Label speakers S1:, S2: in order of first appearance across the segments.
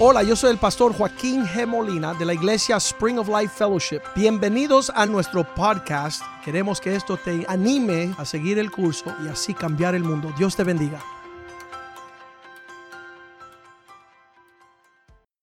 S1: Hola, yo soy el pastor Joaquín G. Molina de la iglesia Spring of Life Fellowship. Bienvenidos a nuestro podcast. Queremos que esto te anime a seguir el curso y así cambiar el mundo. Dios te bendiga.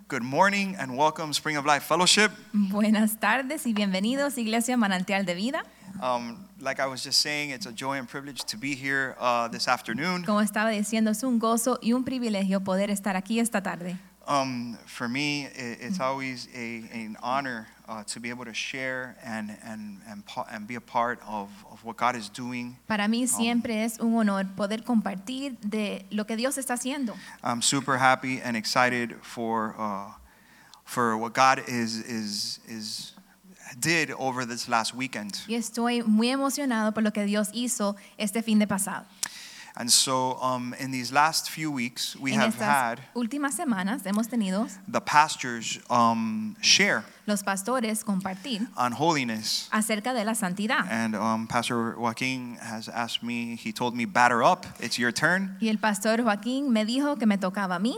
S2: Good morning and welcome, Spring of Life Fellowship.
S3: Buenas tardes y bienvenidos Iglesia Manantial de Vida.
S2: Um, like I was just saying, it's a joy and privilege to be here uh, this afternoon.
S3: Como estaba diciendo, es un gozo y un privilegio poder estar aquí esta tarde.
S2: Um, for me, it, it's always a, an honor uh, to be able to share and, and, and, pa- and be a part of, of what God is doing.
S3: Para mí siempre es un honor poder compartir de lo que Dios está haciendo.
S2: I'm super happy and excited for, uh, for what God is, is, is, did over this last weekend.
S3: Y estoy muy emocionado por lo que Dios hizo este fin de pasado.
S2: And so, um, in these last few weeks, we
S3: en
S2: have
S3: estas
S2: had
S3: últimas semanas hemos tenido
S2: the pastors um, share
S3: los pastores compartir
S2: on holiness.
S3: acerca de la santidad.
S2: And um, Pastor Joaquin has asked me, he told me, batter up, it's your turn.
S3: Y el pastor Joaquín me dijo que me tocaba a mí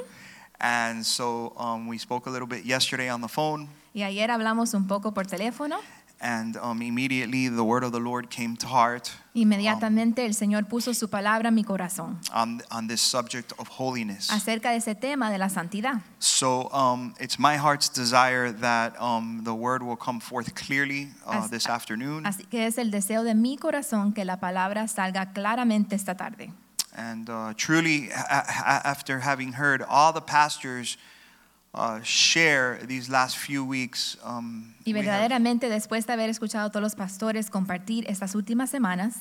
S2: And so um, we spoke a little bit yesterday on the phone,
S3: y ayer hablamos un poco por teléfono.
S2: and um, immediately the word of the Lord came to heart
S3: Inmediatamente el Señor puso su palabra en mi corazón
S2: on, on this subject of holiness.
S3: acerca de ese tema de la santidad.
S2: So um, it's my heart's desire that um, the word will come forth clearly uh,
S3: As-
S2: this afternoon.
S3: Así que es el deseo de mi corazón que la palabra salga claramente esta tarde.
S2: And uh, truly, a- a- after having heard all the pastors uh, share these last few weeks, um,
S3: Y
S2: we have-
S3: verdaderamente después de haber escuchado a todos los pastores compartir estas últimas semanas,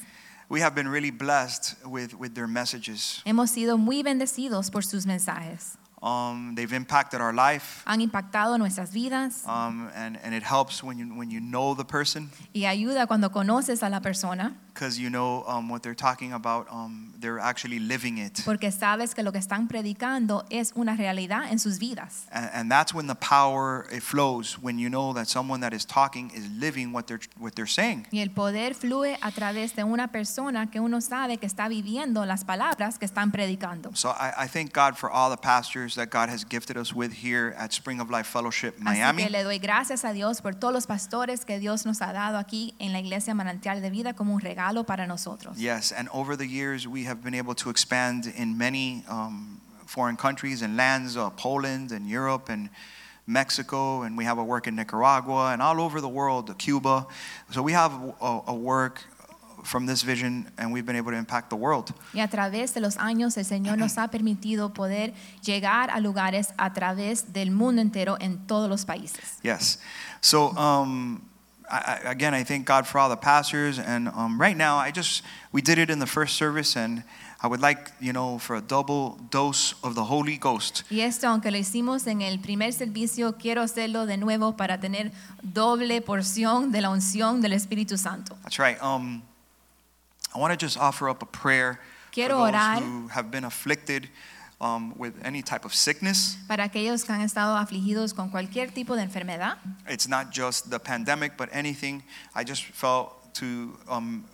S2: We have been really blessed with, with their messages.
S3: hemos sido muy bendecidos por sus mensajes.
S2: Um, they've impacted our life,
S3: Han impactado nuestras vidas
S2: um, and, and it helps when you, when you know the person
S3: y ayuda cuando conoces a la persona
S2: because you know um, what they're talking about. Um, they're actually living it.
S3: porque sabes que lo que están predicando es una realidad en sus vidas.
S2: And, and that's when the power it flows when you know that someone that is talking is living what they're, what they're saying.
S3: Y el poder fluye a través de una persona que uno sabe que está viviendo las palabras que están predicando.
S2: So I, I thank God for all the pastors that God has gifted us with here at Spring of Life Fellowship
S3: Así
S2: Miami.
S3: que le doy gracias a Dios por todos los pastores que Dios nos ha dado aquí en la iglesia Manantial de Vida como un regalo para nosotros.
S2: Yes, and over the years we have been able to expand in many um, foreign countries and lands, uh, Poland and Europe and Mexico, and we have a work in Nicaragua and all over the world, uh, Cuba. So we have a, a work from this vision, and we've been able to impact the world.
S3: Y a través de los años el Señor nos ha permitido poder llegar a lugares a través del mundo entero en todos los países.
S2: Yes. So um, I, I- again, I thank God for all the pastors, and um, right now I just we did it in the first service, and I would like you know for a double dose of the Holy Ghost.
S3: Y esto, aunque lo hicimos en el primer servicio, quiero hacerlo de nuevo para tener doble porción de la unción del Espíritu Santo.
S2: That's right. Um, I want to just offer up a prayer
S3: Quiero
S2: for those
S3: orar.
S2: who have been afflicted um, with any type of sickness.
S3: Para aquellos que han estado afligidos con cualquier tipo de enfermedad,
S2: It's not just the pandemic, but anything. I just felt to um,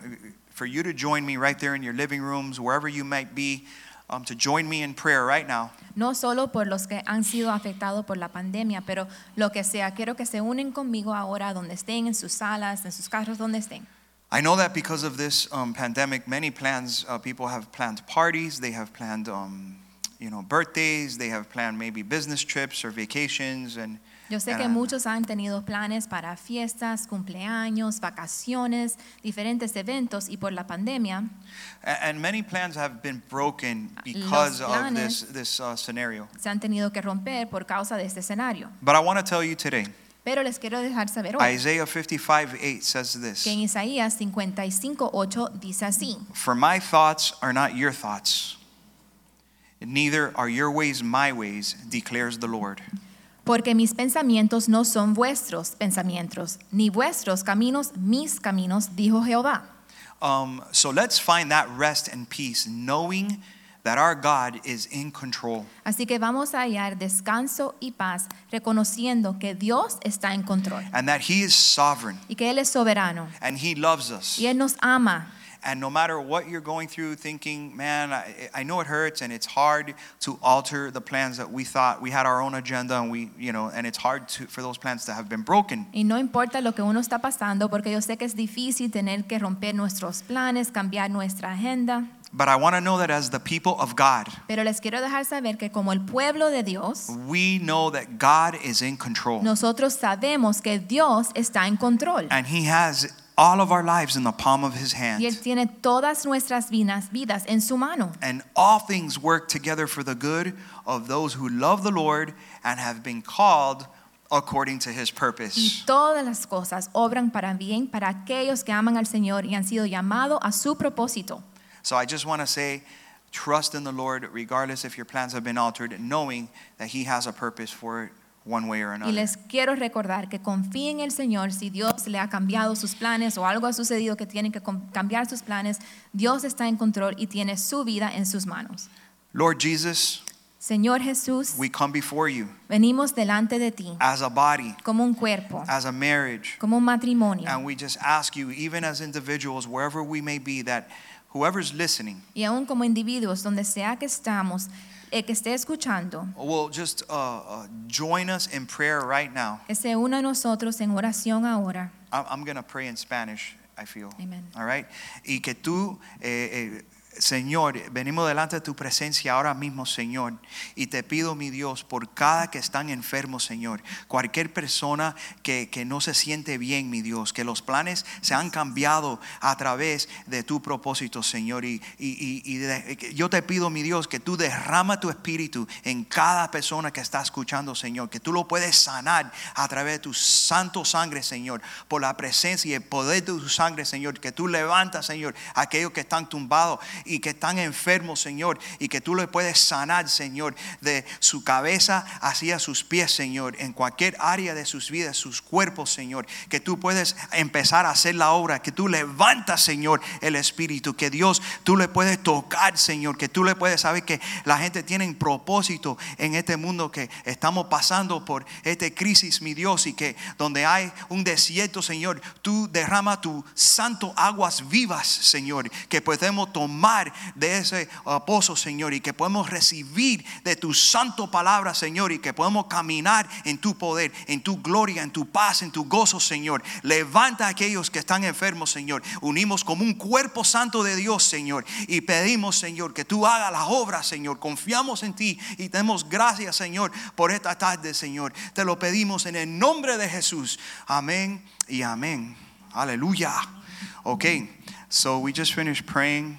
S2: for you to join me right there in your living rooms, wherever you might be, um, to join me in prayer right now.
S3: no solo por los que han sido afectados por la pandemia, pero lo que sea, quiero que se unen conmigo ahora donde estén, en sus salas, en sus carros, donde estén.
S2: I know that because of this um, pandemic, many plans, uh, people have planned parties, they have planned, um, you know, birthdays, they have planned maybe business trips or vacations, and
S3: Yo sé
S2: and
S3: que
S2: I-
S3: muchos han tenido planes para fiestas, cumpleaños, vacaciones, diferentes eventos y por la pandemia
S2: A- And many plans have been broken because of this,
S3: planes-
S2: this uh, scenario.
S3: se han tenido que romper por causa de este escenario.
S2: But I want to tell you today,
S3: Pero les quiero dejar saber hoy
S2: Isaiah 55 8 says this
S3: que en Isaías 55:8 dice así:
S2: For my thoughts are not your thoughts, neither are your ways my ways, declares the Lord.
S3: Porque mis pensamientos no son vuestros pensamientos, ni vuestros caminos mis caminos, dijo Jehová.
S2: Um, so let's find that rest and peace, knowing that our God is in control.
S3: Así que vamos a hallar descanso y paz reconociendo que Dios está en control
S2: And that He is sovereign
S3: y que Él es soberano
S2: and He loves us.
S3: y Él nos ama
S2: And no matter what you're going through, thinking, man, I, I know it hurts and it's hard to alter the plans that we thought we had our own agenda and we, you know, and it's hard to, for those plans to have been broken.
S3: Y no importa lo que uno está pasando, porque yo sé que es difícil tener que romper nuestros planes, cambiar nuestra agenda.
S2: But I want to know that as the people of God,
S3: Pero les quiero dejar saber que como el pueblo de Dios,
S2: we know that God is in control.
S3: nosotros sabemos que Dios está en control.
S2: And He has all of our lives in the palm of His hand.
S3: Y Él tiene todas nuestras vidas, vidas en su mano.
S2: And all things work together for the good of those who love the Lord and have been called according to His
S3: Y
S2: purpose.
S3: todas las cosas obran para bien para aquellos que aman al Señor y han sido llamados a su propósito.
S2: So I just want to say, trust in the Lord regardless if your plans have been altered, knowing that He has a purpose for it one way or
S3: Y
S2: another.
S3: les quiero recordar que confíen en el Señor si Dios le ha cambiado sus planes o algo ha sucedido que tienen que com- cambiar sus planes. Dios está en control y tiene su vida en sus manos.
S2: Lord Jesus,
S3: Señor Jesús,
S2: we come before you
S3: venimos delante de ti
S2: as a body,
S3: como un cuerpo,
S2: as a marriage.
S3: como un matrimonio.
S2: And we just ask you, even as individuals, wherever we may be, that whoever's listening
S3: Y aún como individuos, donde sea que estamos, el que esté escuchando,
S2: will just uh, uh, join us in prayer right now.
S3: que se una a nosotros en oración ahora.
S2: I'm, I'm going to pray in Spanish, I feel.
S3: Amen.
S2: All right? Y que tú, eh, eh, Señor, venimos delante de tu presencia ahora mismo, Señor. Y te pido, mi Dios, por cada que están enfermos, Señor. Cualquier persona que, que no se siente bien, mi Dios. Que los planes se han cambiado a través de tu propósito, Señor. Y, y- y- y de- que yo te pido, mi Dios, que tú derrama tu espíritu en cada persona que está escuchando, Señor. Que tú lo puedes sanar a través de tu santo sangre, Señor. Por la presencia y el poder de tu sangre, Señor. Que tú levantas, Señor, a aquellos que están tumbados y que están enfermos, Señor. Y que tú los puedes sanar, Señor, de su cabeza hacia sus pies, Señor. En cualquier área de sus vidas, sus cuerpos, Señor. Que tú puedes empezar a hacer la obra. Que tú levantas, Señor, el espíritu. Que Dios, tú le puedes tocar, Señor. Que tú le puedes saber que la gente tiene propósito en este mundo que estamos pasando por esta crisis, mi Dios. Y que donde hay un desierto, Señor, tú derrama tu santo aguas vivas, Señor. Que podemos tomar de ese uh, pozo, Señor. Y que podemos recibir de tu santo palabra, Señor. Y que podemos caminar en tu poder, en tu gloria, en tu paz, en tu gozo, Señor. Levanta a aquellos que están enfermos, Señor. Unimos como un cuerpo santo de Dios, Señor. Y pedimos, Señor, que tú hagas las obras, Señor. Confiamos en ti y tenemos gracias, Señor, por esta tarde, Señor. Te lo pedimos en el nombre de Jesús. Amén y amén. Aleluya. Ok, so we just finished praying.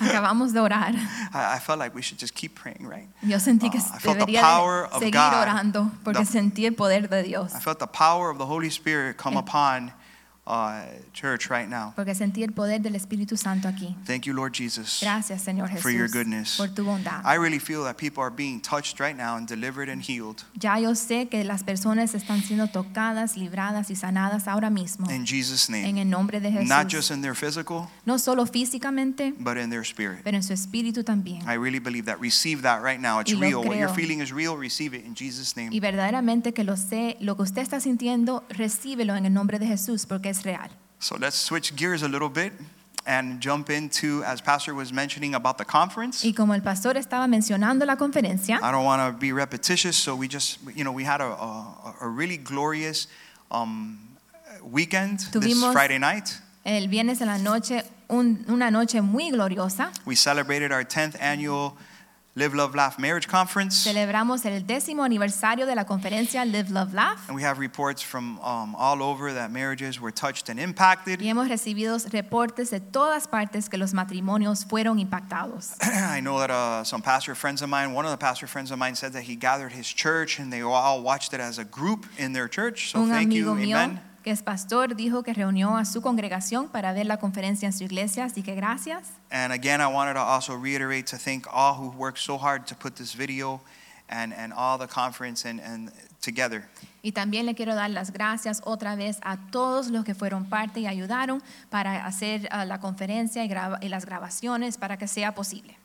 S3: Acabamos de orar.
S2: I, I felt like we should just keep praying, right?
S3: Yo sentí que
S2: Ah, I felt the
S3: debería
S2: power
S3: de
S2: of
S3: seguir
S2: God.
S3: orando porque
S2: The-
S3: sentí el poder de Dios.
S2: I felt the power of the Holy Spirit come upon uh, church right now.
S3: Porque sentí el poder del Espíritu Santo aquí.
S2: Thank you, Lord Jesus.
S3: Gracias, Señor
S2: for your
S3: Jesús,
S2: goodness.
S3: por tu bondad.
S2: I really feel that people are being touched right now and delivered and healed.
S3: Ya yo sé que las personas están siendo tocadas, libradas y sanadas ahora mismo.
S2: In Jesus'
S3: En
S2: name.
S3: el nombre de
S2: Not
S3: Jesús.
S2: just in their physical,
S3: No solo físicamente,
S2: but in their spirit.
S3: pero en su espíritu también.
S2: I really believe that. Receive that right now. It's
S3: Y lo
S2: real. What you're
S3: creo.
S2: feeling is real. Receive it in Jesus'
S3: Y
S2: name.
S3: verdaderamente que lo sé, lo que usted está sintiendo, recíbelo en el nombre de Jesús porque es real.
S2: So let's switch gears a little bit and jump into, as Pastor was mentioning about the conference.
S3: Y como el pastor estaba mencionando la conferencia,
S2: I don't want to be repetitious, so we just, you know, we had a, a, a really glorious um, weekend this
S3: Tuvimos-
S2: Friday night.
S3: el viernes en la noche, un- una noche muy gloriosa,
S2: We celebrated our 10th annual Live, Love, Laugh Marriage Conference.
S3: celebramos el décimo aniversario de la conferencia Live, Love, Laugh.
S2: And we have reports from um, all over that marriages were touched and impacted.
S3: Y hemos recibido reportes de todas partes que los matrimonios fueron impactados.
S2: I know that uh, some pastor friends of mine, one of the pastor friends of mine said that he gathered his church and they all watched it as a group in their church. So
S3: Un
S2: thank you.
S3: amigo mío
S2: Amen.
S3: que es pastor dijo que reunió a su congregación para ver la conferencia en su iglesia, así que gracias.
S2: And again, I wanted to also reiterate to thank all who worked so hard to put this video and, and all the conference and, and together.
S3: Y también le quiero dar las gracias otra vez a todos los que fueron parte y ayudaron para hacer ah, la conferencia y, grava- y las grabaciones para que sea posible.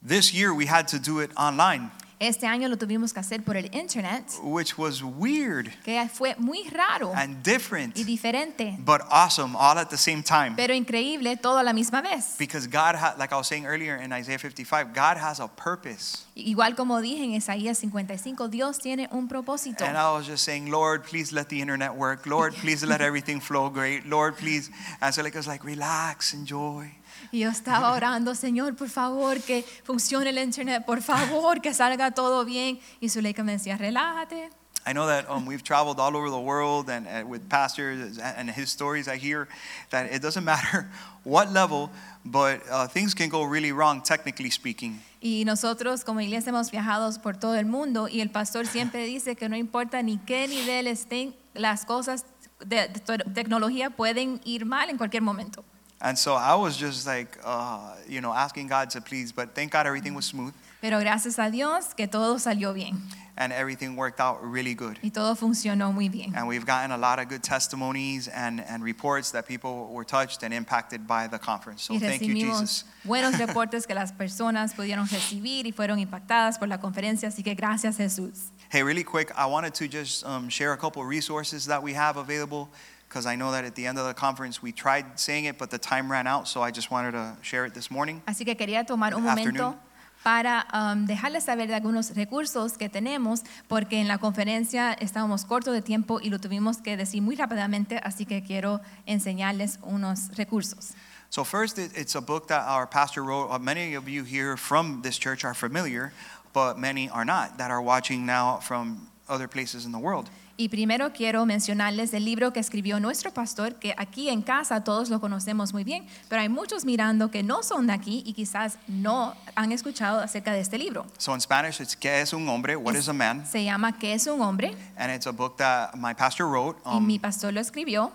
S2: This year, we had to do it online.
S3: Este año lo tuvimos que hacer por el internet,
S2: which was weird
S3: que fue muy raro
S2: and different,
S3: y diferente,
S2: but awesome all at the same time.
S3: pero increíble todo a la misma vez.
S2: Because God, ha- like I was saying earlier in Isaiah 55, God has a purpose.
S3: Igual como dije en Isaías 55, Dios tiene un propósito.
S2: And I was just saying, Lord, please let the internet work. Lord, please let everything flow great. Lord, please. And so like, I was like, relax, enjoy.
S3: Y yo estaba orando, Señor, por favor, que funcione el internet, por favor, que salga todo bien. Y Zuleika me decía, relájate.
S2: I know that um, we've traveled all over the world and uh, with pastors and his stories. I hear that it doesn't matter what level, but uh, things can go really wrong, technically speaking.
S3: Y nosotros como iglesia hemos viajado por todo el mundo y el pastor siempre dice que no importa ni qué nivel estén, las cosas de, de to- tecnología pueden ir mal en cualquier momento.
S2: And so I was just like, uh, you know, asking God to please, but thank God everything was smooth
S3: Pero gracias a Dios que todo salió bien
S2: and everything worked out really good.
S3: y todo funcionó muy bien.
S2: And we've gotten a lot of good testimonies and, and reports that people were touched and impacted by the conference. So
S3: y
S2: thank you,
S3: recibimos
S2: Jesus.
S3: buenos reportes que las personas pudieron recibir y fueron impactadas por la conferencia, así que gracias Jesús.
S2: Hey, really quick, I wanted to just um, share a couple resources that we have available because I know that at the end of the conference we tried saying it, but the time ran out, so I just wanted to share it this morning.
S3: Así que quería tomar un
S2: Good afternoon.
S3: momento para um, dejarles saber de algunos recursos que tenemos, porque en la conferencia estábamos cortos de tiempo y lo tuvimos que decir muy rápidamente, así que quiero enseñarles unos recursos.
S2: So, first, it, it's a book that our pastor wrote. Uh, many of you here from this church are familiar, but many are not that are watching now from other places in the world.
S3: Y primero quiero mencionarles el libro que escribió nuestro pastor, que aquí en casa todos lo conocemos muy bien, pero hay muchos mirando que no son de aquí y quizás no han escuchado acerca de este libro.
S2: So, in Spanish, it's ¿Qué es un hombre? What is a man?
S3: Se llama ¿Qué es un hombre?
S2: And it's a book that my pastor wrote.
S3: Y mi
S2: Um,
S3: pastor lo escribió.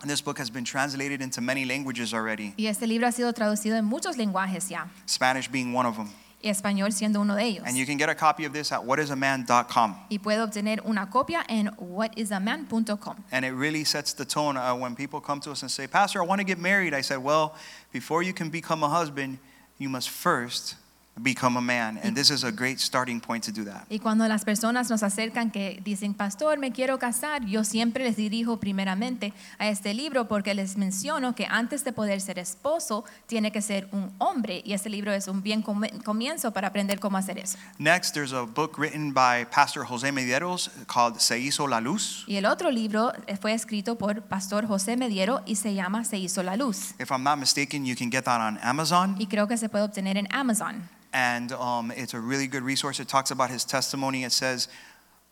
S2: and this book has been translated into many languages already,
S3: Y este libro ha sido traducido en muchos lenguajes ya,
S2: Spanish being one of them.
S3: y español siendo uno de ellos.
S2: And you can get a copy of this at whatisaman.com.
S3: Y puede obtener una copia en whatisaman.com.
S2: And it really sets the tone uh, when people come to us and say, Pastor, I want to get married. I said, Well, before you can become a husband, you must first become a man. And this is a great starting point to do that.
S3: Y cuando las personas nos acercan que dicen, pastor, me quiero casar, yo siempre les dirijo primeramente a este libro porque les menciono que antes de poder ser esposo, tiene que ser un hombre. Y este libro es un bien come- comienzo para aprender cómo hacer eso.
S2: Next, there's a book written by Pastor Jose Medeiros called Se hizo la luz.
S3: Y el otro libro eh, fue escrito por pastor José Mediero y se llama Se hizo la luz.
S2: If I'm not mistaken, you can get that on Amazon.
S3: Y creo que se puede obtener en Amazon.
S2: And um, it's a really good resource. It talks about his testimony. It says,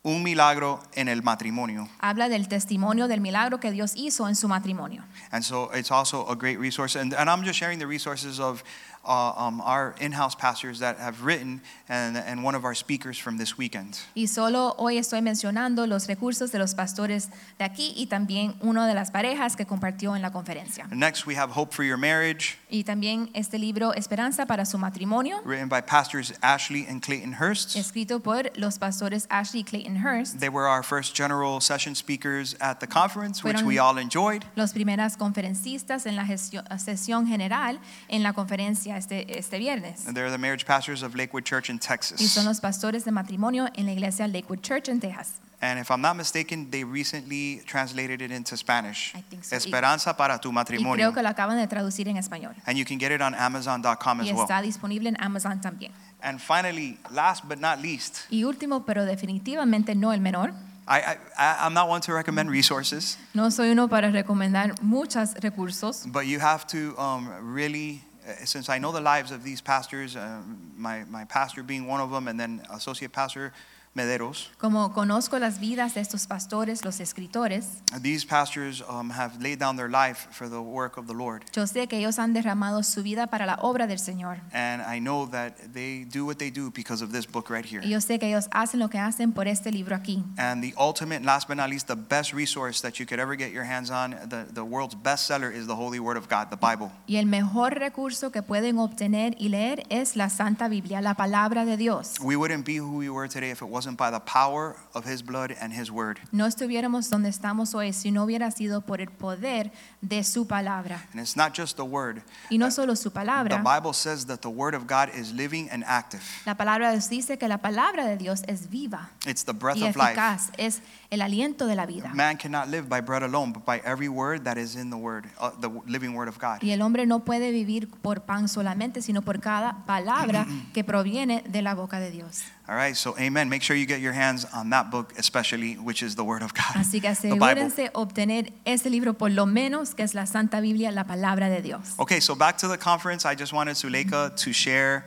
S2: Un milagro en el matrimonio.
S3: Habla del testimonio del milagro que Dios hizo en su matrimonio.
S2: And so it's also a great resource. And, and I'm just sharing the resources of uh, um, our in house pastors that have written and, and one of our speakers from this weekend.
S3: Y solo hoy estoy mencionando los recursos de los pastores de aquí y también una de las parejas que compartió en la conferencia.
S2: Next, we have Hope for Your Marriage,
S3: Y también este libro Esperanza para su matrimonio,
S2: written by pastors Ashley and Clayton Hurst.
S3: escrito por los pastores Ashley y Clayton Hurst.
S2: They were our first general session speakers at the conference, which
S3: Fueron-
S2: we all enjoyed.
S3: Los primeras conferencistas en la gestio- sesión general en la conferencia este, este viernes.
S2: And they're the marriage pastors of Lakewood Church in
S3: Y
S2: Texas.
S3: son los pastores de matrimonio en la iglesia Lakewood Church en Texas.
S2: And if I'm not mistaken, they recently translated it into Spanish.
S3: I think so.
S2: Esperanza para tu
S3: Y creo que
S2: matrimonio.
S3: lo acaban de traducir en español.
S2: And you can get it on Amazon.com
S3: Y
S2: as well.
S3: está disponible en Amazon también.
S2: And finally, last but not least,
S3: Y último, pero definitivamente no el menor,
S2: I, I, I- I'm not one to recommend resources,
S3: No soy uno para recomendar muchos recursos,
S2: but you have to um, really, uh, since I know the lives of these pastors, um my, my pastor being one of them, and then Associate Pastor Mederos,
S3: como conozco las vidas de estos pastores, los escritores,
S2: these pastors um, have laid down their life for the work of the Lord.
S3: yo sé que ellos han derramado su vida para la obra del Señor.
S2: And I know that they do what they do because of this book right here.
S3: Y yo sé que ellos hacen lo que hacen por este libro aquí.
S2: And the ultimate, last but not least, the best resource that you could ever get your hands on, the, the world's bestseller is the Holy Word of God, the Bible.
S3: Y el mejor recurso que pueden obtener y leer es la Santa Biblia, la palabra de Dios.
S2: We wouldn't be who we were today if it wasn't by the power of his blood and his word.
S3: No estuviéramos donde estamos hoy si no hubiera sido por el poder de su palabra.
S2: And it's not just the word.
S3: Y no solo su
S2: The
S3: palabra.
S2: Bible says that the word of God is living and active.
S3: La palabra nos dice que la palabra de Dios es viva
S2: It's the breath
S3: y
S2: of life.
S3: eficaz, es el aliento de la vida.
S2: Man cannot live by bread alone, but by every word that is in the word, uh, the w- living word of God.
S3: Y el hombre no puede vivir por pan solamente, sino por cada palabra que proviene de la boca de Dios.
S2: All right, so amen. Make sure you get your hands on that book, especially, which is the word of God.
S3: Así que
S2: the Bible.
S3: asegúrense obtener ese libro, por lo menos que es la Santa Biblia, la palabra de Dios.
S2: Okay, so back to the conference. I just wanted Suleika to share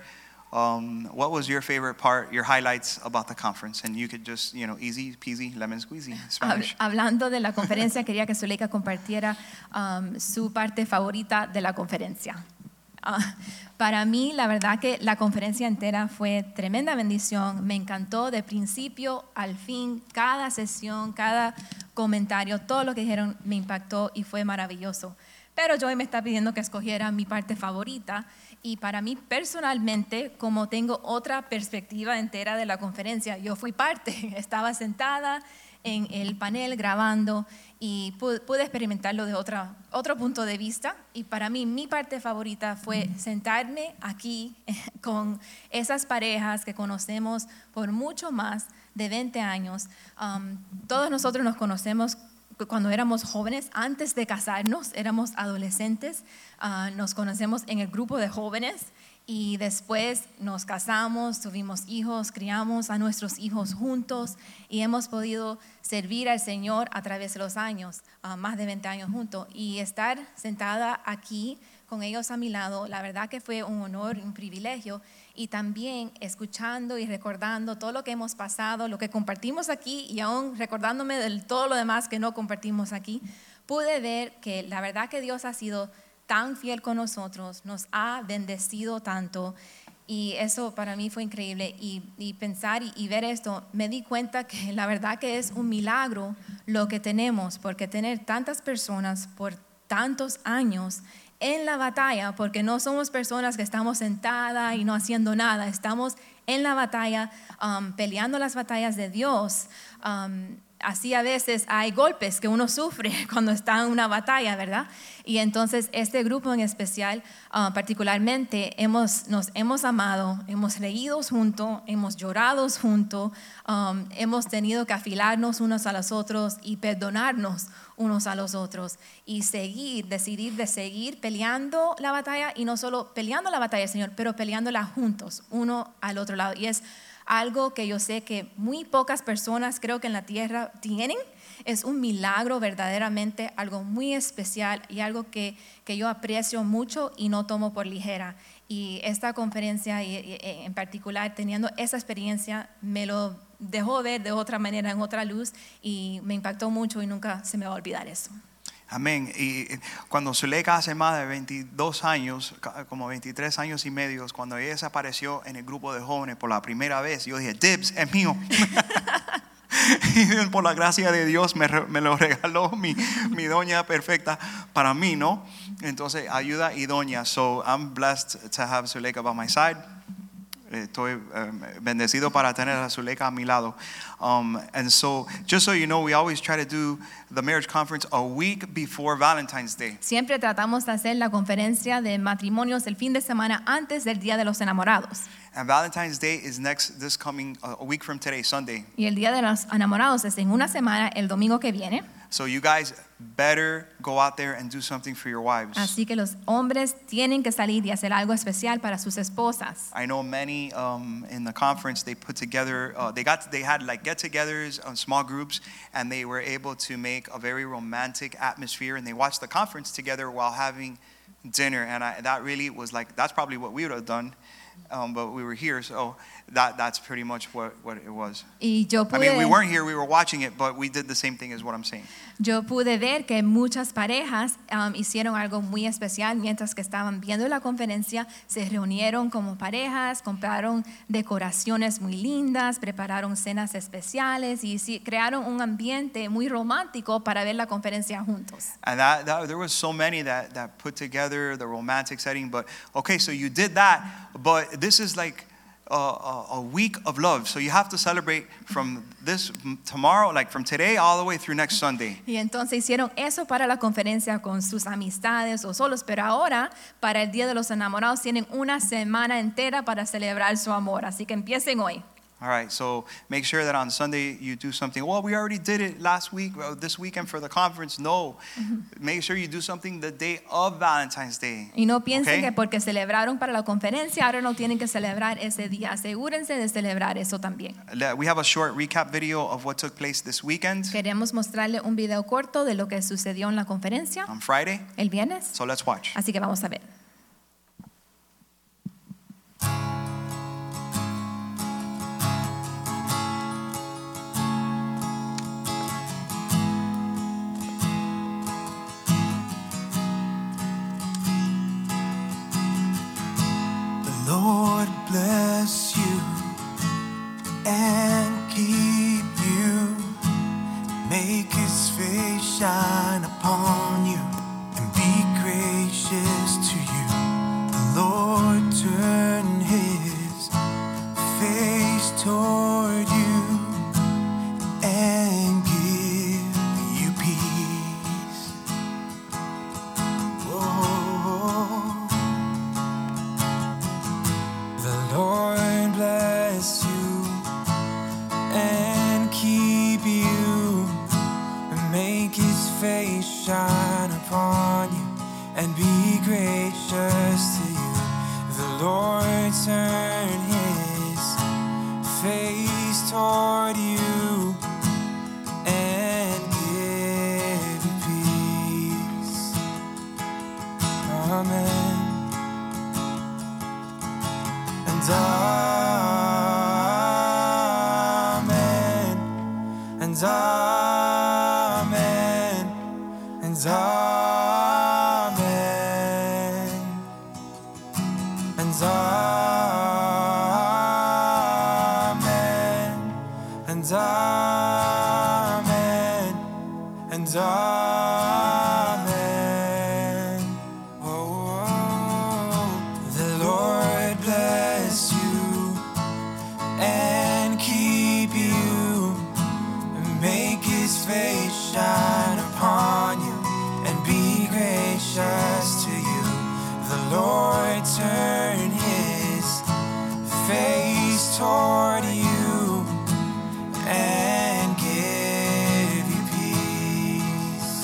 S2: um, what was your favorite part, your highlights about the conference, and you could just, you know, easy peasy, lemon squeezy,
S3: Hab-
S2: Spanish.
S3: Hablando de la conferencia, quería que Zuleika compartiera um, su parte favorita de la conferencia. Ah, para mí, la verdad que la conferencia entera fue tremenda bendición. Me encantó de principio al fin, cada sesión, cada comentario, todo lo que dijeron me impactó y fue maravilloso. Pero Joy me está pidiendo que escogiera mi parte favorita y para mí personalmente, como tengo otra perspectiva entera de la conferencia, yo fui parte, estaba sentada en el panel grabando y pu- pude, experimentarlo de otra, otro punto de vista. Y para mí mi parte favorita fue sentarme aquí con esas parejas que conocemos por mucho más de 20 años. Um, todos nosotros nos conocemos cu- cuando éramos jóvenes, antes de casarnos, éramos adolescentes, ah, nos conocemos en el grupo de jóvenes y después nos casamos, tuvimos hijos, criamos a nuestros hijos juntos y hemos podido servir al Señor a través de los años, ah, más de 20 años juntos. Y estar sentada aquí con ellos a mi lado, la verdad que fue un honor, un privilegio. Y también escuchando y recordando todo lo que hemos pasado, lo que compartimos aquí y aún recordándome de todo lo demás que no compartimos aquí, pude ver que la verdad que Dios ha sido tan fiel con nosotros, nos ha bendecido tanto y eso para mí fue increíble y, y pensar y, y ver esto, me di cuenta que la verdad que es un milagro lo que tenemos, porque tener tantas personas por tantos años en la batalla, porque no somos personas que estamos sentadas y no haciendo nada, estamos en la batalla, um, peleando las batallas de Dios. um, así a veces hay golpes que uno sufre cuando está en una batalla, ¿verdad? Y entonces este grupo en especial, ah, particularmente, hemos, nos hemos amado, hemos reído juntos, hemos llorado juntos, um, hemos tenido que afilarnos unos a los otros y perdonarnos unos a los otros y seguir, decidir de seguir peleando la batalla y no solo peleando la batalla, Señor, pero peleándola juntos, uno al otro lado. Y es algo que yo sé que muy pocas personas creo que en la tierra tienen. Es un milagro verdaderamente, algo muy especial y algo que, que yo aprecio mucho y no tomo por ligera. Y esta conferencia y- y- en particular, teniendo esa experiencia, me lo dejó ver de otra manera, en otra luz, y me impactó mucho y nunca se me va a olvidar eso.
S2: Amén. Y eh, cuando Zuleika hace más de 22 años, ca- como 23 años y medio, cuando ella desapareció en el grupo de jóvenes por la primera vez, yo dije, Dibs, es mío. y por la gracia de Dios me, re- me lo regaló mi, mi doña perfecta para mí, ¿no? Entonces, ayuda y doña. So, I'm blessed to have Zuleika by my side. Estoy um, bendecido para tener a Zuleika a mi lado. Um, and so, just so you know, we always try to do the marriage conference a week before Valentine's Day.
S3: Siempre tratamos de hacer la conferencia de matrimonios el fin de semana antes del Día de los Enamorados.
S2: And Valentine's Day is next, this coming, uh, a week from today, Sunday.
S3: Y el Día de los Enamorados es en una semana, el domingo que viene.
S2: So, you guys better go out there and do something for your wives.
S3: Así que los hombres tienen que salir y hacer algo especial para sus esposas.
S2: I know many um, in the conference. They put together. Uh, they got. They had like get-togethers on small groups, and they were able to make a very romantic atmosphere. And they watched the conference together while having dinner. And I, that really was like that's probably what we would have done, um, but we were here, so that that's pretty much what, what it was.
S3: Y yo
S2: I
S3: pude,
S2: mean, we weren't here. We were watching it, but we did the same thing as what I'm saying.
S3: yo pude ver que muchas parejas um, hicieron algo muy especial mientras que estaban viendo la conferencia. Se reunieron como parejas, compraron decoraciones muy lindas, prepararon cenas especiales y sí, crearon un ambiente muy romántico para ver la conferencia juntos.
S2: And that, that there was so many that, that put together the romantic setting. But okay, so you did that, but this is like a, a, a week of love. So you have to celebrate from this tomorrow, like from today all the way through next Sunday.
S3: Y entonces hicieron eso para la conferencia con sus amistades o solos, pero ahora para el Día de los Enamorados tienen una semana entera para celebrar su amor, así que empiecen hoy.
S2: All right, so make sure that on Sunday you do something. Well, we already did it last week, uh, this weekend for the conference. No,
S3: Mm-hmm.
S2: make sure you do something the day of Valentine's Day.
S3: Y no piensen
S2: Okay.
S3: que porque celebraron para la conferencia, ahora no tienen que celebrar ese día. Asegúrense de celebrar eso también.
S2: Le- We have a short recap video of what took place this weekend
S3: Queremos mostrarle un video corto de lo que sucedió en la conferencia
S2: on Friday.
S3: el viernes,
S2: So let's watch.
S3: así que vamos a ver.
S4: The Lord bless you and keep you. Make his face shine upon you and be gracious to you. The Lord turn his face toward you and give you peace. Whoa. The Lord bless you and keep you and make his face shine upon you and be gracious to you. The Lord turn his face toward you and give you peace. Amen and amen and amen and amen and amen and amen and amen. Oh, oh. the Lord bless you and keep you, and make His face shine upon you, and be gracious to you. The Lord turn His face toward you and give you peace.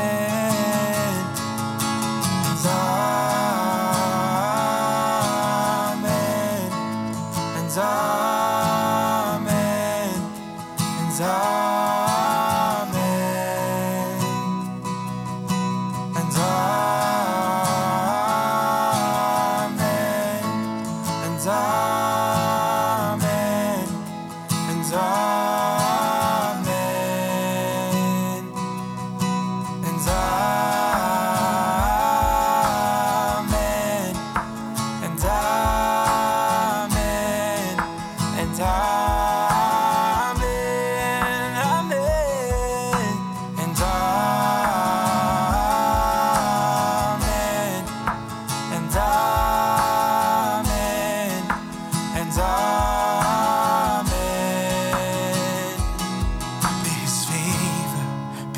S4: Amen. And amen. And amen. And amen. And amen and amen and amen and amen and amen and amen amen and amen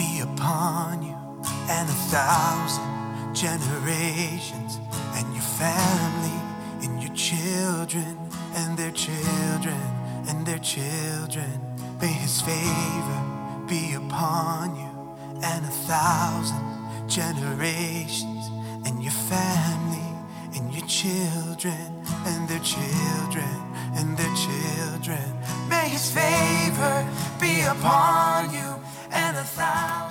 S4: and amen and amen. May His favor be upon you and a thousand generations and your family and your children and their children and their children. May His favor be upon you and a thousand generations and your family and your children and their children and their children. May his favor be upon you and a thousand.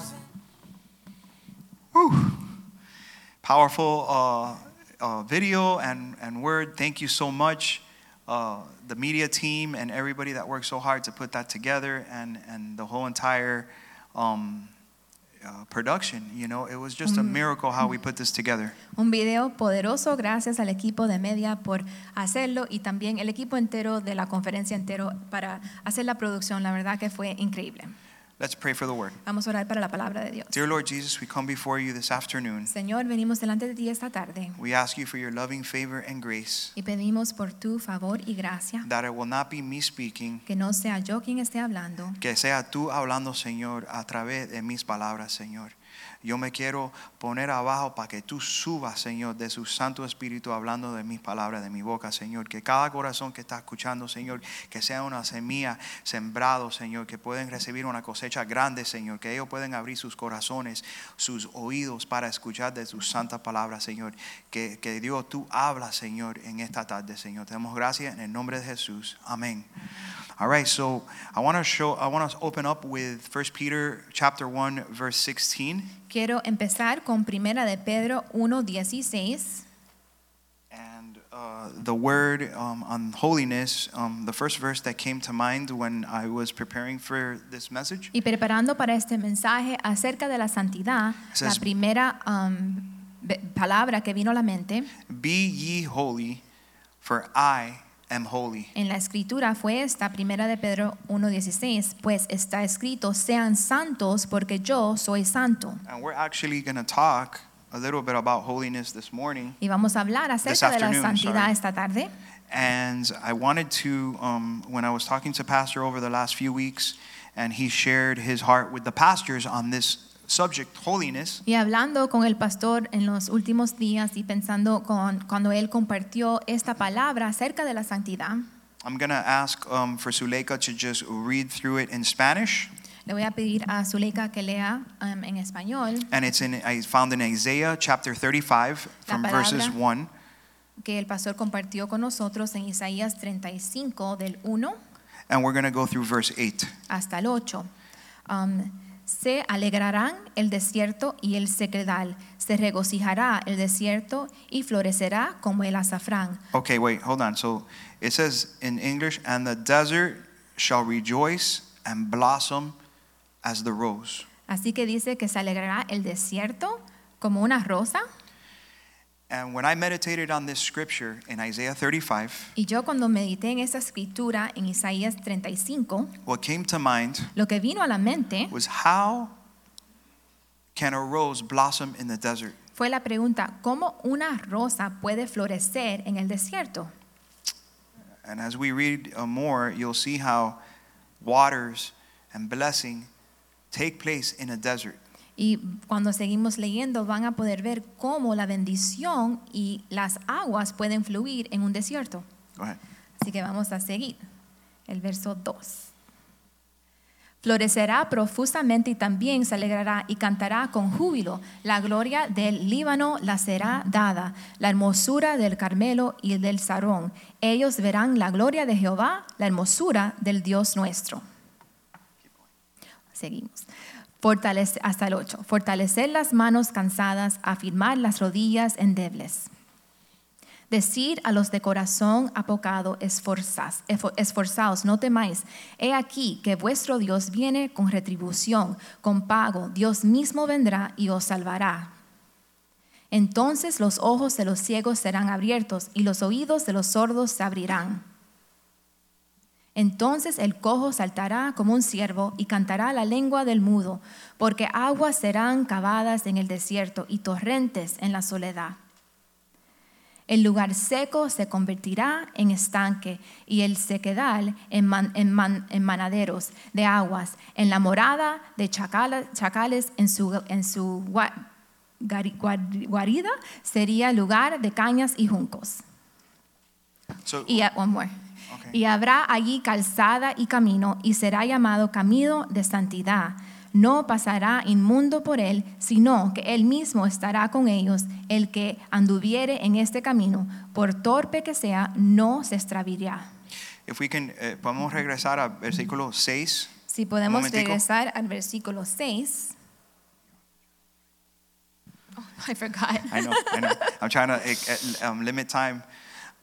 S2: Powerful uh, uh, video and, and word. Thank you so much, uh, the media team and everybody that worked so hard to put that together and, and the whole entire um, uh, production. You know, it was just a miracle how we put this together.
S3: Un video poderoso gracias al equipo de media por hacerlo y también el equipo entero de la conferencia entero para hacer la producción. La verdad que fue increíble.
S2: Let's pray for the word.
S3: Vamos a orar para la palabra de Dios.
S2: Dear Lord Jesus, we come before you this afternoon.
S3: Señor, venimos delante de ti esta tarde
S2: We ask you for your loving favor and grace,
S3: y pedimos por tu favor y gracia
S2: that it will not be me speaking,
S3: que no sea yo quien esté hablando,
S2: que sea tú hablando, Señor, a través de mis palabras, Señor. Yo me quiero poner abajo para que tú subas, Señor, de su Santo Espíritu, hablando de mis palabras, de mi boca, Señor. Que cada corazón que está escuchando, Señor, que sea una semilla sembrado, Señor, que pueden recibir una cosecha grande, Señor. Que ellos pueden abrir sus corazones, sus oídos para escuchar de tus santas palabras, Señor. Que, que Dios, tú hablas, Señor, en esta tarde, Señor. Te damos gracias en el nombre de Jesús. Amén. All right, so I want to show, I want to open up with 1 Peter chapter 1, verse 16.
S3: Quiero empezar con Primera de Pedro 1:16.
S2: And uh, the word um, on holiness, um, the first verse that came to mind when I was preparing for this message
S3: Y preparando para este mensaje acerca de la santidad, la
S2: Says-
S3: primera um, ve- palabra que vino a la mente
S2: Be ye holy, for I am holy.
S3: en la escritura fue esta, Primera de Pedro 1:16, pues está escrito, sean santos porque yo soy santo.
S2: And we're actually going to talk a little bit about holiness this morning.
S3: Y vamos a hablar acerca de la
S2: afternoon,
S3: santidad
S2: sorry.
S3: esta tarde.
S2: And I wanted to, um, when I was talking to Pastor over the last few weeks, and he shared his heart with the pastors on this subject, holiness,
S3: Y hablando con el pastor en los últimos días y pensando con cuando él compartió esta palabra acerca de la santidad,
S2: I'm going to ask um, for Suleika to just read through it in Spanish.
S3: le voy a pedir a Zuleika que lea um, en español,
S2: And it's in, I found in Isaiah chapter 35
S3: La
S2: from verses
S3: palabra.
S2: 1.
S3: que el pastor compartió con nosotros en Isaías 35 del 1
S2: And we're going to go through verse 8.
S3: hasta el 8. Um, se alegrarán el desierto y el secredal, se regocijará el desierto y florecerá como el azafrán.
S2: Okay, wait, hold on. So it says in English, and the desert shall rejoice and blossom as the rose.
S3: Así que dice que se alegrará el desierto como una rosa.
S2: And when I meditated on this scripture in Isaiah 35,
S3: Y yo cuando medité en esa escritura en Isaías 35,
S2: what came to mind
S3: lo que vino a la mente
S2: was how can a rose blossom in the desert?
S3: fue la pregunta, ¿cómo una rosa puede florecer en el desierto?
S2: And as we read uh, more, you'll see how waters and blessing take place in a desert.
S3: Y cuando seguimos leyendo van a poder ver cómo la bendición y las aguas pueden fluir en un desierto.
S2: Go ahead.
S3: Así que vamos a seguir. El verso 2. Florecerá profusamente y también se alegrará y cantará con júbilo. La gloria del Líbano la será dada, la hermosura del Carmelo y del Sarón. Ellos verán la gloria de Jehová, la hermosura del Dios nuestro. Seguimos. Fortalece, hasta el 8. Fortalecer las manos cansadas, afirmar las rodillas endebles. Decir a los de corazón apocado, esforzaz- efo- esforzaos, no temáis. He aquí que vuestro Dios viene con retribución, con pago. Dios mismo vendrá y os salvará. Entonces los ojos de los ciegos serán abiertos y los oídos de los sordos se abrirán. Entonces el cojo saltará como un ciervo y cantará la lengua del mudo, porque aguas serán cavadas en el desierto y torrentes en la soledad. El lugar seco se convertirá en estanque y el sequedal en, man- en man- en manaderos de aguas, en la morada de chacala- chacales, en su, en su gua- gari- guar- guarida sería lugar de cañas y juncos.
S2: So
S3: Y, uh, one more.
S2: Okay.
S3: Y habrá allí calzada y camino, y será llamado camino de santidad. No pasará inmundo por él, sino que él mismo estará con ellos, el que anduviere en este camino, por torpe que sea, no se extraviará.
S2: if we can, eh, podemos regresar a versículo 6.
S3: Si podemos
S2: Momentico.
S3: regresar al versículo 6. Oh, I forgot.
S2: I know, I know. I'm trying to eh, eh, um, limit time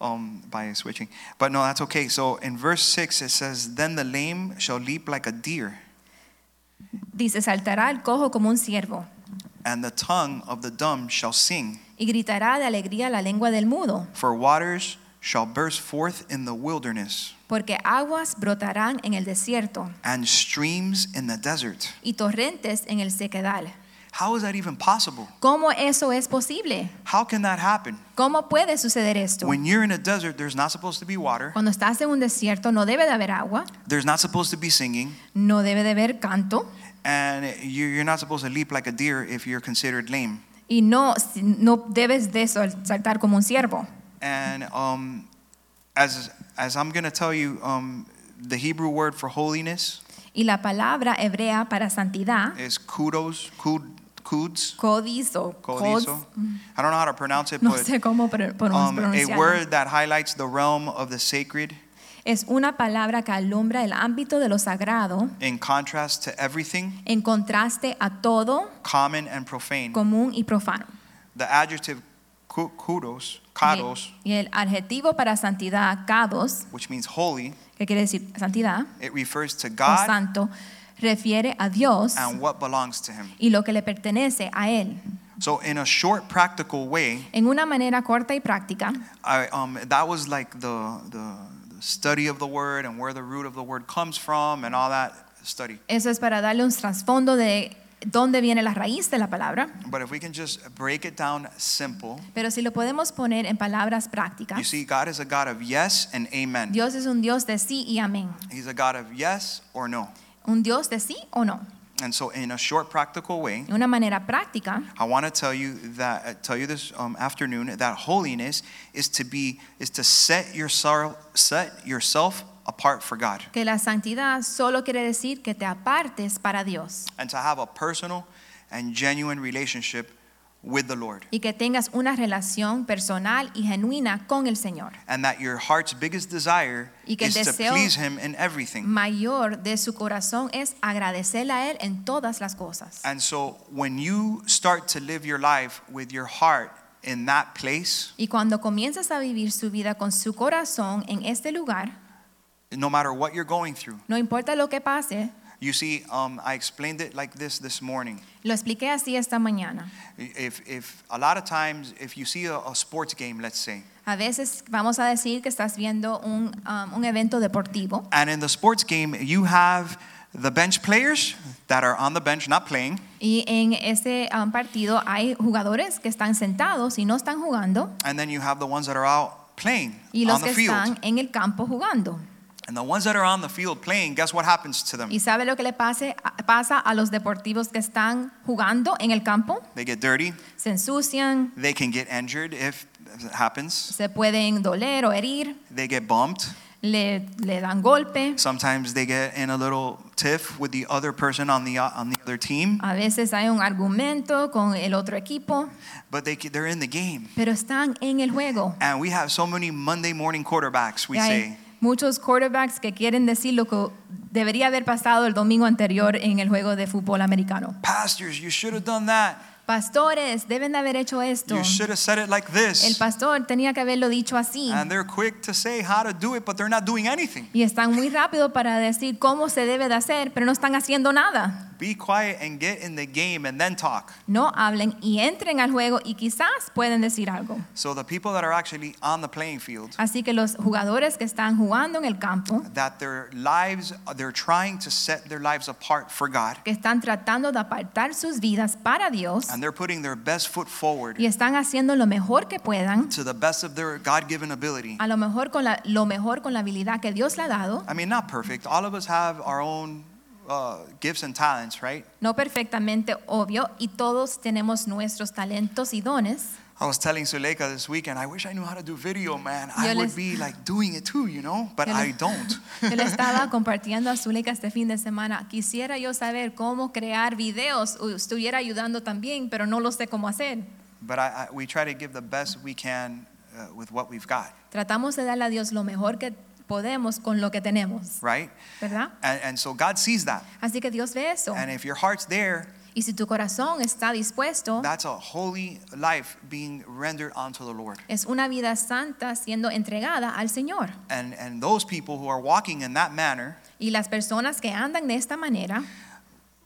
S2: um, by switching. But no, that's okay. So in verse 6, it says, Then the lame shall leap like a deer,
S3: Dice, saltará el cojo como un ciervo,
S2: and the tongue of the dumb shall sing.
S3: y gritará de alegría la lengua del mudo.
S2: For waters shall burst forth in the wilderness
S3: porque aguas brotarán en el desierto
S2: and streams in the desert.
S3: y torrentes en el sequedal.
S2: How is that even possible?
S3: ¿Cómo eso es posible?
S2: How can that happen?
S3: ¿Cómo puede suceder esto?
S2: When you're in a desert, there's not supposed to be water,
S3: Cuando estás en un desierto no debe de haber agua,
S2: there's not supposed to be singing,
S3: no debe de haber canto
S2: and you- you're not supposed to leap like a deer if you're considered lame.
S3: y no, no debes de sol- saltar como un ciervo.
S2: And um, as, as I'm going to tell you, um, the Hebrew word for holiness
S3: Y la palabra hebrea para santidad,
S2: is kudos, kud, kuds,
S3: codis o cods,
S2: kodiso. I don't know how to pronounce it,
S3: no
S2: but
S3: sé cómo pro- pro-
S2: um, a
S3: pronunciarlo.
S2: word that highlights the realm of the sacred
S3: Es una palabra que alumbra el ámbito de lo sagrado
S2: in contrast to everything
S3: en contraste a todo
S2: common and profane.
S3: común y profano.
S2: The adjective ku- kudos, kados,
S3: Y el adjetivo para santidad, kados,
S2: which means holy,
S3: que quiere decir santidad
S2: it refers to
S3: o
S2: God
S3: santo, refiere a Dios
S2: and what belongs to Him.
S3: y lo que le pertenece a Él.
S2: So, in a short, practical way,
S3: En una manera corta y práctica,
S2: I, um, that was like the, the, the study of the word and where the root of the word comes from and all that study.
S3: eso es para darle un trasfondo de dónde viene la raíz de la palabra.
S2: But if we can just break it down simple,
S3: Pero si lo podemos poner en palabras
S2: you
S3: prácticas,
S2: see, God is a God of yes and amen.
S3: Dios es un Dios de sí y amén.
S2: He's a God of yes or no.
S3: Un Dios de sí o no.
S2: And so, in a short, practical way,
S3: De una manera práctica,
S2: I want to tell you that uh, tell you this um, afternoon that holiness is to be is to set yourself set yourself apart for God
S3: que la santidad solo quiere decir que te apartes para Dios
S2: and to have a personal and genuine relationship with the Lord.
S3: y que tengas una relación personal y genuina con el Señor.
S2: and that your heart's biggest desire
S3: Y que el
S2: is to
S3: deseo-
S2: please him in everything.
S3: Mayor de su corazón es agradecerle a Él en todas las cosas.
S2: And so when you start to live your life with your heart in that place,
S3: Y cuando comienzas a vivir su vida con su corazón en este lugar,
S2: no matter what you're going through,
S3: no importa lo que pase,
S2: you see, um, I explained it like this this morning.
S3: lo expliqué así esta mañana.
S2: If, if a lot of times, if you see a, a sports game, let's say,
S3: A veces vamos a decir que estás viendo un, um, un evento deportivo
S2: and in the sports game, you have the bench players that are on the bench not playing,
S3: y en ese um, partido hay jugadores que están sentados y no están jugando
S2: and then you have the ones that are out playing
S3: y los
S2: on the
S3: que
S2: field.
S3: están en el campo jugando.
S2: And the ones that are on the field playing, guess what happens to them?
S3: ¿Y sabe lo que le pase- pasa a los deportivos que están jugando en el campo?
S2: They get dirty.
S3: Se ensucian,
S2: They can get injured if it happens.
S3: se pueden doler o herir,
S2: They get bumped.
S3: le, le dan golpe.
S2: Sometimes they get in a little tiff with the other person on the on the other team,
S3: A veces hay un argumento con el otro equipo,
S2: but they they're in the game.
S3: pero están en el juego.
S2: And we have so many Monday morning quarterbacks. We
S3: Y hay
S2: say
S3: muchos quarterbacks que quieren decir lo que debería haber pasado el domingo anterior en el juego de fútbol americano.
S2: pastors, you should have done that.
S3: Pastores, deben de haber hecho esto.
S2: You should have said it like
S3: El
S2: this.
S3: pastor tenía que haberlo dicho así.
S2: And they're quick to say how to do it, but they're not doing anything.
S3: Y están muy rápido para decir cómo se debe de hacer, pero no están haciendo nada.
S2: Be quiet and get in the game, and then talk.
S3: No hablen y entren al juego y quizás pueden decir algo.
S2: So the people that are actually on the playing field,
S3: Así que los jugadores que están jugando en el campo,
S2: that their lives, they're trying to set their lives apart for God.
S3: que están tratando de apartar sus vidas para Dios
S2: and they're putting their best foot forward
S3: y están haciendo lo mejor que puedan,
S2: to the best of their God-given ability.
S3: a lo mejor con la, lo mejor con la habilidad que Dios le ha dado,
S2: I mean, not perfect. All of us have our own uh, gifts and talents, right?
S3: no perfectamente obvio, y todos tenemos nuestros talentos y dones.
S2: I was telling Suleika this weekend, I wish I knew how to do video, man. I
S3: Mm. Yo
S2: would
S3: les-
S2: be like doing it too, you know, but
S3: Yo
S2: I
S3: les-
S2: don't.
S3: Yo le estaba compartiendo a Zuleika este fin de semana. Quisiera yo saber cómo crear videos. Uh, Estuviera ayudando también, pero no lo sé cómo hacer.
S2: But I, I, we try to give the best we can uh, with what we've got,
S3: Tratamos de darle a Dios lo mejor que podemos con lo que tenemos,
S2: right?
S3: ¿verdad?
S2: And, and so God sees that.
S3: Así que Dios ve eso.
S2: And if your heart's there,
S3: Y si tu corazón está dispuesto,
S2: that's a holy life being rendered unto the Lord.
S3: es una vida santa siendo entregada al Señor.
S2: And, and those people who are walking in that manner,
S3: Y las personas que andan de esta manera,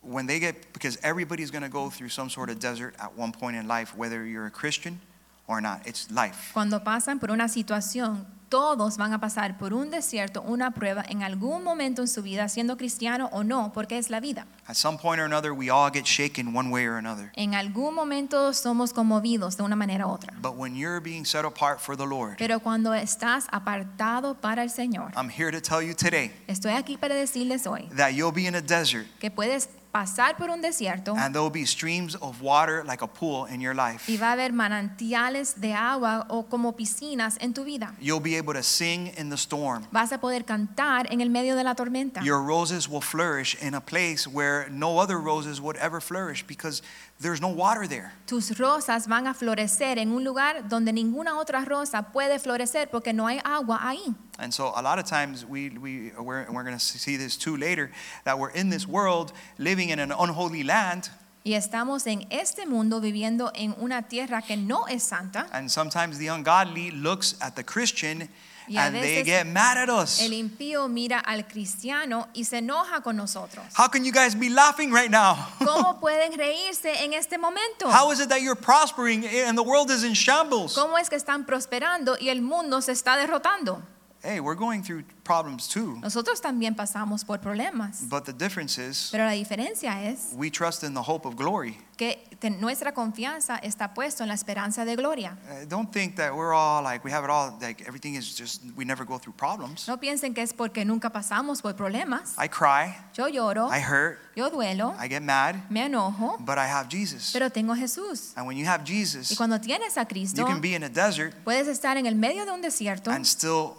S2: when they get because everybody's going to go through some sort of desert at one point in life whether you're a christian or not it's life
S3: cuando pasan por una situación Todos van a pasar por un desierto, una prueba en algún momento en su vida, siendo cristiano o no, porque es la vida.
S2: At some point or another, we all get shaken one way or another.
S3: En algún momento somos conmovidos de una manera u otra.
S2: But when you're being set apart for the Lord,
S3: Pero cuando estás apartado para el Señor,
S2: I'm here to tell you today
S3: estoy aquí para decirles hoy
S2: that you'll be in a desert
S3: que puedes pasar por un desierto
S2: and there'll be streams of water like a pool in your life.
S3: y va a haber manantiales de agua o como piscinas en tu vida.
S2: You'll be able to sing in the storm.
S3: Vas a poder cantar en el medio de la tormenta.
S2: Your roses will flourish in a place where no other roses would ever flourish because there's no water there.
S3: Tus rosas van a florecer en un lugar donde ninguna otra rosa puede florecer porque no hay agua ahí.
S2: And so, a lot of times, we, we, we're, we're going to see this too later that we're in this world living in an unholy land,
S3: Y estamos en este mundo viviendo en una tierra que no es santa.
S2: and sometimes the ungodly looks at the Christian
S3: Y a
S2: and they
S3: veces
S2: get mad at us.
S3: El impío mira al cristiano y se enoja con nosotros.
S2: How can you guys be laughing right now?
S3: ¿Cómo pueden reírse en este momento?
S2: How is it that you're prospering and the world is in shambles?
S3: ¿Cómo es que están prosperando y el mundo se está derrotando?
S2: Hey, we're going through problems too,
S3: Nosotros también pasamos por problemas.
S2: but the difference is
S3: Pero la diferencia es
S2: we trust in the hope of glory.
S3: que te- nuestra confianza está puesta en la esperanza de gloria.
S2: Uh, don't think that we're all like we have it all like everything is just we never go through problems
S3: No piensen que es porque nunca pasamos por problemas.
S2: i cry
S3: Yo lloro,
S2: i hurt
S3: yo duelo,
S2: i get mad
S3: me enojo,
S2: but i have jesus
S3: pero tengo a Jesús.
S2: and when you have
S3: Y
S2: jesus
S3: cuando tienes a
S2: you
S3: Cristo,
S2: can be in a desert
S3: puedes estar en el medio de un desierto
S2: and still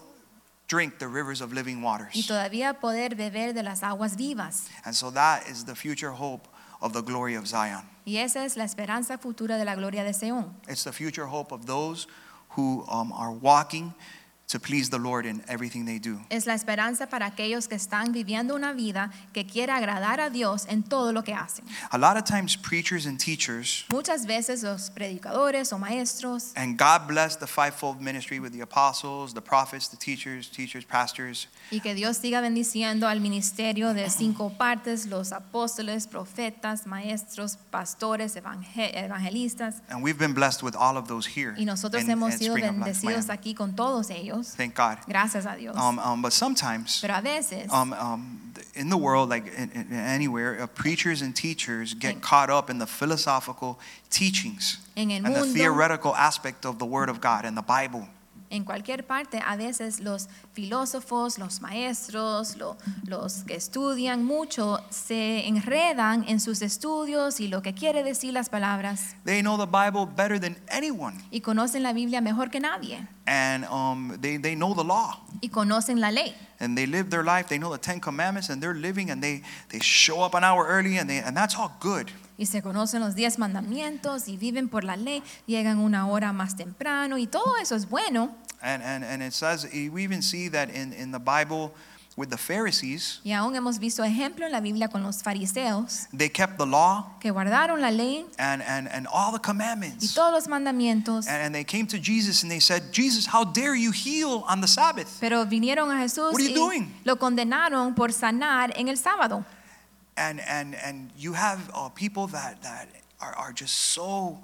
S2: drink the rivers of living
S3: y
S2: waters
S3: todavía poder beber de las aguas vivas.
S2: and so that is the future hope of the glory of zion
S3: Y esa es la esperanza futura de la gloria de Seón.
S2: it's the future hope of those who um, are walking to please the lord in everything they do
S3: Es la esperanza para aquellos que están viviendo una vida que quiera agradar a Dios en todo lo que hacen.
S2: a lot of times preachers and teachers
S3: Muchas veces los predicadores o maestros
S2: And God blessed the fivefold ministry with the apostles, the prophets, the teachers, teachers, pastors.
S3: y que Dios siga bendiciendo al ministerio de cinco partes, los apóstoles, profetas, maestros, pastores, evangel- evangelistas.
S2: And we've been blessed with all of those here.
S3: Y nosotros
S2: in-
S3: hemos
S2: at
S3: sido
S2: Spring of Life
S3: bendecidos
S2: Miami.
S3: aquí con todos ellos.
S2: Thank God.
S3: Gracias a Dios.
S2: Um, um, but sometimes,
S3: Pero a veces
S2: um, um, in the world, like in, in- anywhere, uh, preachers and teachers get
S3: En-
S2: caught up in the philosophical teachings
S3: en el
S2: and the
S3: mundo,
S2: theoretical aspect of the Word of God and the Bible.
S3: en cualquier parte, a veces los filósofos, los maestros, lo- los que estudian mucho, se enredan en sus estudios y lo que quiere decir las palabras
S2: They know the Bible better than anyone,
S3: y conocen la Biblia mejor que nadie
S2: and um, they, they know the law.
S3: y conocen la ley.
S2: and they live their life they know the ten commandments and they're living and they they show up an hour early and they and that's all good
S3: y se conocen los diez mandamientos y viven por la ley, llegan una hora más temprano y todo eso es bueno.
S2: and and and it says eh, we even see that in in the bible with the pharisees
S3: Y aún hemos visto ejemplo en la Biblia con los fariseos
S2: they kept the law
S3: que guardaron la ley
S2: and and and all the
S3: y
S2: commandments and,
S3: todos los mandamientos,
S2: and they came to jesus and they said jesus how dare you heal on the sabbath
S3: pero vinieron a Jesús
S2: What are you
S3: y
S2: doing?
S3: lo condenaron por sanar en el sábado.
S2: and and and you have uh, people that that are, are just so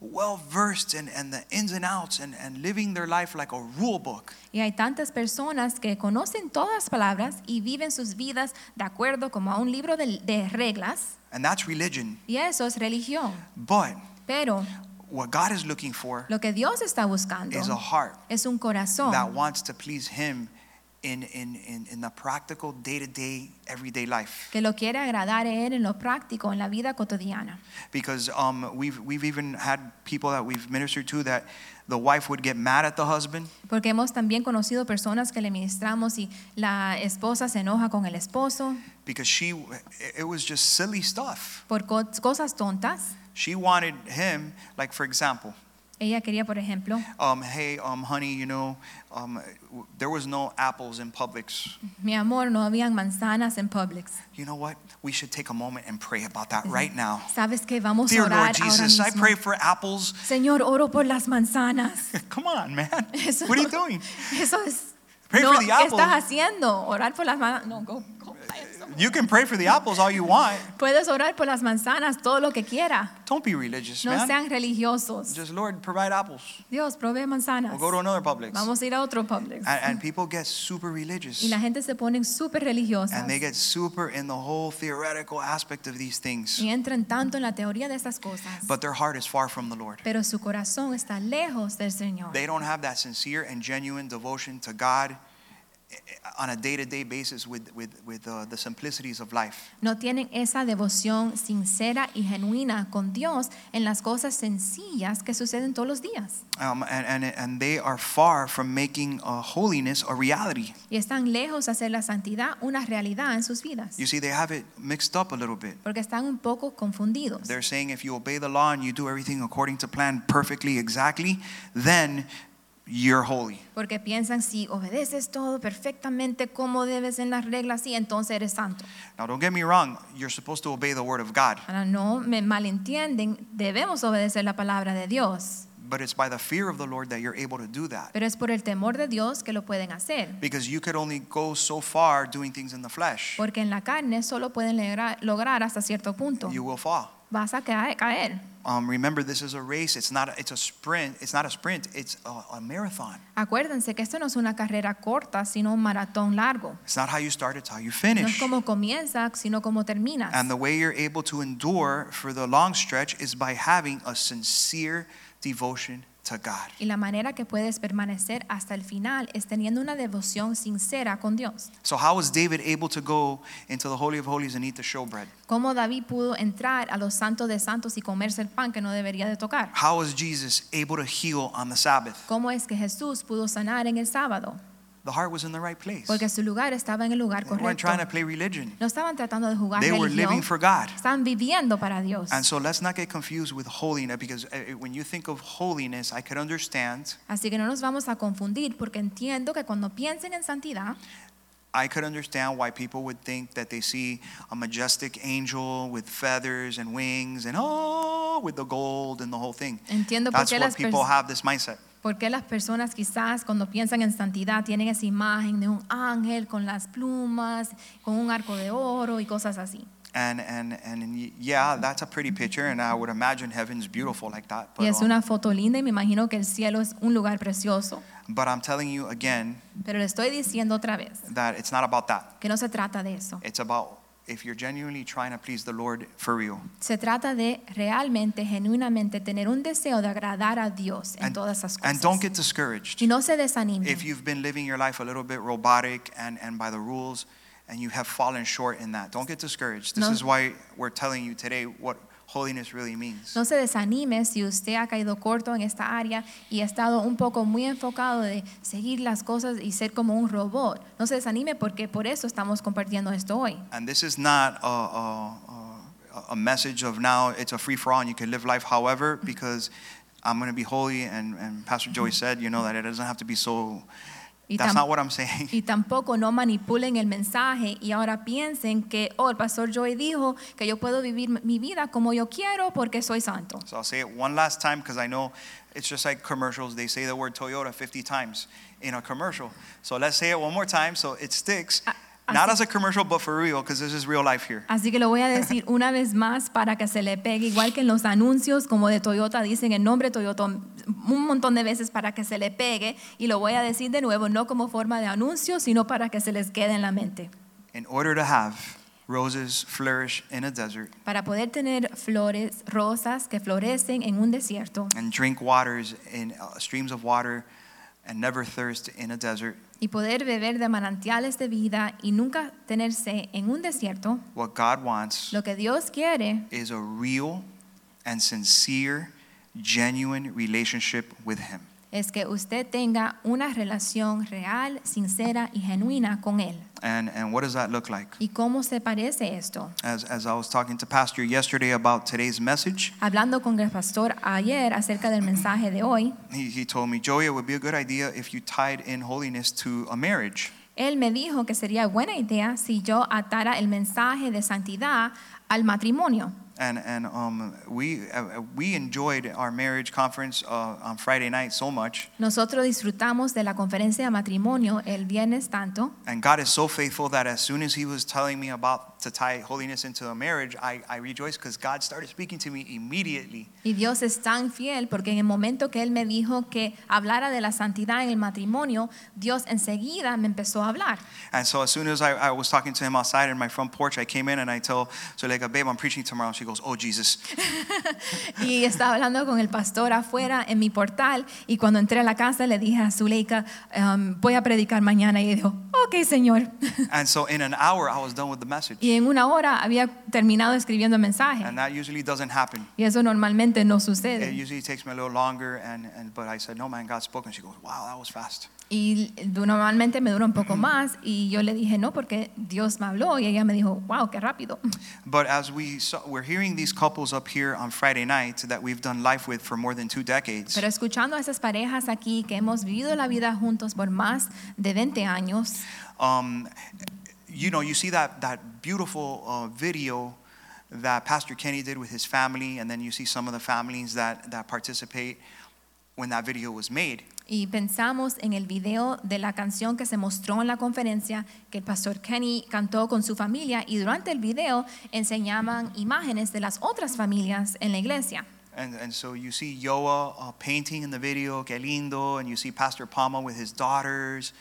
S2: well versed in, in the ins and outs and, and living their life like a rule book
S3: Y hay tantas personas que conocen todas las palabras y viven sus vidas de acuerdo como a un libro de, de reglas
S2: and that's religion
S3: y eso es religión.
S2: but
S3: Pero
S2: What God is looking for
S3: lo que Dios está buscando
S2: is a heart
S3: es un corazón
S2: that wants to please Him in, in, in, in the practical, day to day, everyday life.
S3: que lo quiere agradar a Él en lo práctico, en la vida cotidiana.
S2: Because um, we've, we've even had people that we've ministered to that the wife would get mad at the husband
S3: Porque hemos también conocido personas que le ministramos y la esposa se enoja con el esposo
S2: because she, it- it was just silly stuff.
S3: por co- cosas tontas.
S2: She wanted him, like for example,
S3: Ella quería, por ejemplo,
S2: um, hey, um, honey, you know, um, w- there was no apples in Publix.
S3: mi amor, no habían manzanas en Publix.
S2: You know what? We should take a moment and pray about
S3: Mm-hmm.
S2: that right now.
S3: ¿Sabes qué? Vamos a
S2: Dear
S3: orar
S2: Lord Jesus,
S3: ahora
S2: I
S3: mismo.
S2: pray for apples
S3: Señor, oro por las manzanas.
S2: Come on, man.
S3: Eso,
S2: What are you doing?
S3: Eso es...
S2: Pray
S3: no,
S2: for the
S3: ¿qué
S2: apple.
S3: estás haciendo? Orar por las manzanas. No, go, go.
S2: You can pray for the apples all you want.
S3: Puedes orar por las manzanas, todo lo que quiera.
S2: Don't be religious,
S3: No
S2: man.
S3: sean religiosos.
S2: Just Lord, provide apples.
S3: Dios, provee manzanas.
S2: We'll go to another Publix. And,
S3: Vamos a ir a otro Publix.
S2: and people get super religious.
S3: Y la gente se pone súper religiosa.
S2: And they get super in the whole theoretical aspect of these things.
S3: Y entran tanto en la teoría de estas cosas.
S2: But their heart is far from the Lord.
S3: Pero su corazón está lejos del Señor.
S2: They don't have that sincere and genuine devotion to God eh, on a day to day basis with, with, with uh, the simplicities of life.
S3: No tienen esa devoción sincera y genuina con Dios en las cosas sencillas que suceden todos los días.
S2: Um, and, and, and they are far from making uh, holiness a reality.
S3: Y están lejos de hacer la santidad una realidad en sus vidas.
S2: You see, they have it mixed up a little bit.
S3: Porque están un poco confundidos.
S2: They're saying if you obey the law and you do everything according to plan perfectly, exactly, then you're holy.
S3: Porque piensan, si obedeces todo perfectamente como debes en las reglas, sí, entonces eres santo.
S2: Now, don't get me wrong, you're supposed to obey the word of God,
S3: Ahora, no me malentienden, debemos obedecer la palabra de Dios.
S2: but it's by the fear of the Lord that you're able to do that.
S3: Pero es por el temor de Dios que lo pueden hacer.
S2: Because you could only go so far doing things in the flesh,
S3: Porque en la carne solo pueden legra- lograr hasta cierto punto.
S2: you will fall.
S3: Vas a cae- caer.
S2: Um, remember, this is a race. It's not. A, it's a sprint. It's not a sprint. It's a, a marathon.
S3: Acuérdense que esto no es una carrera corta, sino un maratón largo.
S2: It's not how you start. It's how you
S3: No es
S2: finish. Ah,
S3: como comienza, sino como terminas.
S2: And the way you're able to endure for the long stretch is by having a sincere devotion to God.
S3: Y la manera que puedes permanecer hasta el final es teniendo una devoción sincera con Dios.
S2: So how was David able to go into the holy of holies and eat the showbread?
S3: Cómo David pudo entrar a los santos de santos y comerse el pan que no debería de tocar.
S2: How was Jesus able to heal on the Sabbath?
S3: Cómo es que Jesús pudo sanar en el sábado,
S2: The heart was in the right place.
S3: porque su lugar estaba en el lugar
S2: They weren't
S3: correcto.
S2: trying to play religion.
S3: No estaban tratando de jugar
S2: They were
S3: religión.
S2: living for God.
S3: Están viviendo para Dios.
S2: And so let's not get confused with holiness because uh, when you think of holiness, I could understand.
S3: Así que no nos vamos a confundir porque entiendo que cuando piensen en santidad,
S2: I could understand why people would think that they see a majestic angel with feathers and wings and oh, with the gold and the whole thing.
S3: entiendo por
S2: That's
S3: qué,
S2: what
S3: las
S2: people
S3: pers-
S2: have this mindset.
S3: por qué las personas quizás cuando piensan en santidad tienen esa imagen de un ángel con las plumas, con un arco de oro y cosas así.
S2: And, and, and y- yeah, that's a pretty picture, and I would imagine heaven's beautiful like that. But,
S3: y es
S2: um,
S3: una foto linda y me imagino que el cielo es un lugar precioso.
S2: but I'm telling you again
S3: Pero le estoy diciendo otra vez
S2: that it's not about that.
S3: que no se trata de eso.
S2: It's about if you're genuinely trying to please the Lord for real.
S3: Se trata de realmente, genuinamente tener un deseo de agradar a Dios en
S2: And-
S3: todas esas
S2: And don't
S3: cosas.
S2: get discouraged.
S3: Y no se desanimen.
S2: if you've been living your life a little bit robotic and, and by the rules and you have fallen short in that don't get discouraged this
S3: No.
S2: is why we're telling you today what holiness really means
S3: No se desanime si usted ha caído corto en esta área y ha estado un poco muy enfocado de seguir las cosas y ser como un robot. No se desanime porque por eso estamos compartiendo esto hoy.
S2: and this is not a, a, a, a message of now it's a free-for-all and you can live life
S3: Mm-hmm.
S2: however because i'm going to be holy and, and pastor joey said you know that it doesn't have to be so
S3: Y,
S2: that's
S3: tam-
S2: not what i'm saying
S3: y tampoco no manipulen el mensaje y ahora piensen que, oh, el pastor Joey dijo que yo puedo vivir mi vida como yo quiero porque soy santo.
S2: so i'll say it one last time because i know it's just like commercials they say the word toyota 50 times in a commercial so let's say it one more time so it sticks
S3: A-
S2: Not
S3: así-
S2: as a commercial, but for real, because this is real life here.
S3: Así que lo voy a decir una vez más para que se le pegue, igual que en los anuncios como de Toyota, dicen el nombre Toyota un montón de veces para que se le pegue y lo voy a decir de nuevo, no como forma de anuncio, sino para que se les quede en la mente.
S2: In order to have roses flourish in a desert
S3: Para poder tener flores rosas que florecen en un desierto
S2: and drink waters in uh, streams of water and never thirst in a desert,
S3: y poder beber de manantiales de vida y nunca tenerse en un desierto,
S2: what God wants
S3: lo que Dios quiere
S2: is a real and sincere, genuine relationship with Him.
S3: es que usted tenga una relación real, sincera y genuina con Él.
S2: And, and what does that look like?
S3: ¿Y cómo se parece esto?
S2: As, as I was talking to Pastor yesterday about today's message,
S3: Hablando con el pastor ayer acerca del mensaje de hoy,
S2: he, he told me, Joey, it would be a good idea if you tied in holiness to a marriage.
S3: él me dijo que sería buena idea si yo atara el mensaje de santidad al matrimonio.
S2: and and um, we uh, we enjoyed our marriage conference uh, on Friday night so much.
S3: Nosotros disfrutamos de la conferencia de matrimonio el viernes tanto
S2: And God is so faithful that as soon as He was telling me about to tie holiness into a marriage, I, I rejoiced because God started speaking to me immediately.
S3: y Dios es tan fiel porque en el momento que Él me dijo que hablara de la santidad en el matrimonio, Dios enseguida me empezó a hablar.
S2: And so as soon as I, I was talking to Him outside in my front porch, I came in and I tell Zuleika, babe, I'm preaching tomorrow. She goes, oh, Jesus.
S3: Y estaba hablando con el pastor afuera en mi portal y cuando entré a la casa le dije a Zuleika, "Um, voy a predicar mañana y ella dijo, ok señor.
S2: And so in an hour, I was done with the message.
S3: Y en una hora había terminado escribiendo el mensaje.
S2: And that usually doesn't happen.
S3: Y eso normalmente no
S2: It
S3: sucede.
S2: usually takes me a little longer. And, and but I said, no, man, God spoke. And she goes, wow, that was fast.
S3: Y du- normalmente me dura un poco más. Y yo le dije no porque Dios me habló y ella me dijo, wow, qué rápido.
S2: But as we saw, we're hearing these couples up here on Friday night that we've done life with for more than two decades.
S3: Pero escuchando a esas parejas aquí que hemos vivido la vida juntos por más de 20 años,
S2: Um, you know, you see that, that beautiful uh, video that Pastor Kenny did with his family, and then you see some of the families that, that participate when that video was made.
S3: Y pensamos en el video de la canción que se mostró en la conferencia que el pastor Kenny cantó con su familia y durante el video enseñaban imágenes de las otras familias en la iglesia.
S2: And, and so you see Yoa uh, painting in the video, que lindo, and you see Pastor Palma with his daughters,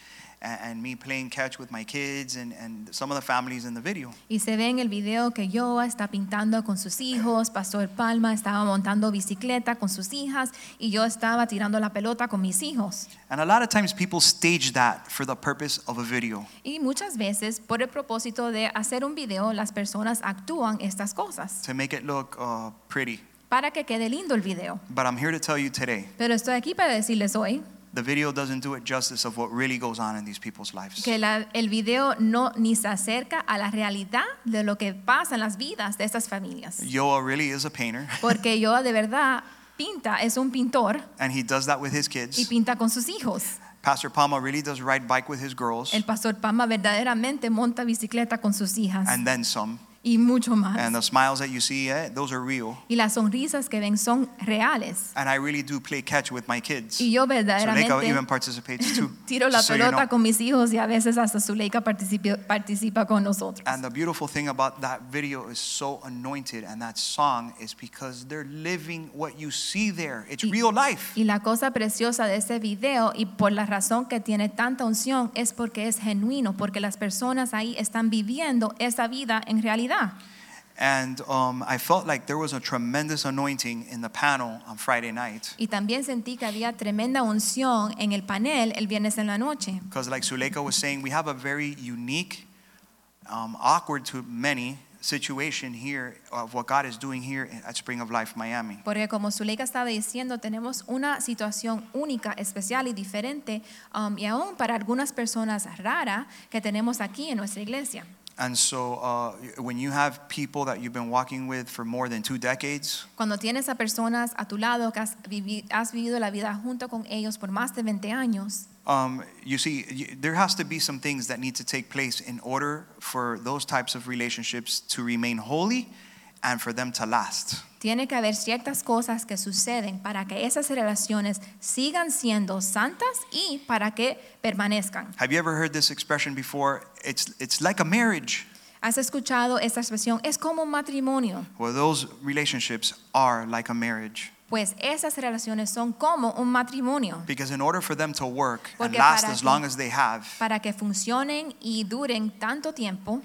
S2: and, and me playing catch with my kids, and, and some of the families in the video.
S3: Y se ve en el video que Yoa está pintando con sus hijos, Pastor Palma estaba montando bicicleta con sus hijas y yo estaba tirando la pelota con mis hijos.
S2: And a lot of times people stage that for the purpose of a video.
S3: Y muchas veces, por el propósito de hacer un video, las personas actúan estas cosas
S2: to make it look uh, pretty.
S3: para que quede lindo el video.
S2: But I'm here to tell you today
S3: Pero estoy aquí para decirles hoy
S2: the video doesn't do it justice of what really goes on in these people's lives.
S3: que la- el video no ni se acerca a la realidad de lo que pasa en las vidas de estas familias.
S2: Yoa really is a painter,
S3: Porque yo de verdad pinta, es un pintor
S2: and he does that with his
S3: y
S2: kids.
S3: pinta con sus hijos.
S2: Pastor Palma really does ride bike with his girls,
S3: El pastor Pama verdaderamente monta bicicleta con sus hijas
S2: and then some.
S3: y mucho
S2: And
S3: más.
S2: the smiles that you see, eh, those are real.
S3: Y las sonrisas que ven son reales.
S2: And I really do play catch with my kids.
S3: Y yo
S2: Zuleika even
S3: verdaderamente
S2: participates too.
S3: tiro la
S2: just so you
S3: pelota
S2: know.
S3: con mis hijos y a veces hasta Zuleika participi- participa con nosotros.
S2: And the beautiful thing about that video is so anointed, and that song is because they're living what you see there. It's
S3: Y-
S2: real life.
S3: Y la cosa preciosa de ese video y por la razón que tiene tanta unción es porque es genuino, porque las personas ahí están viviendo esa vida en realidad.
S2: And um, I felt like there was a tremendous anointing in the panel on Friday night.
S3: Y también sentí que había tremenda unción en el panel el viernes en la noche.
S2: Because, like Suleika was saying, we have a very unique, um, awkward to many situation here of what God is doing here at Spring of Life Miami.
S3: Porque como Zuleika estaba diciendo, tenemos una situación única, especial y diferente, um, y aún para algunas personas rara que tenemos aquí en nuestra iglesia.
S2: And so, uh, when you have people that you've been walking with for more than two decades,
S3: Cuando tienes a personas a tu lado que has, vivi- has vivido la vida junto con ellos por más de 20 años,
S2: um, you see, y- there has to be some things that need to take place in order for those types of relationships to remain holy and for them to last.
S3: Tiene que haber ciertas cosas que suceden para que esas relaciones sigan siendo santas y para que permanezcan.
S2: Have you ever heard this expression before? It's, it's like a marriage.
S3: ¿Has escuchado esta expresión? Es como un matrimonio.
S2: Well, those relationships are like a marriage.
S3: Pues esas relaciones son como un matrimonio.
S2: Because in order for them to work and
S3: Porque
S2: last
S3: para
S2: as
S3: que-
S2: long as they have,
S3: Para que funcionen y duren tanto tiempo,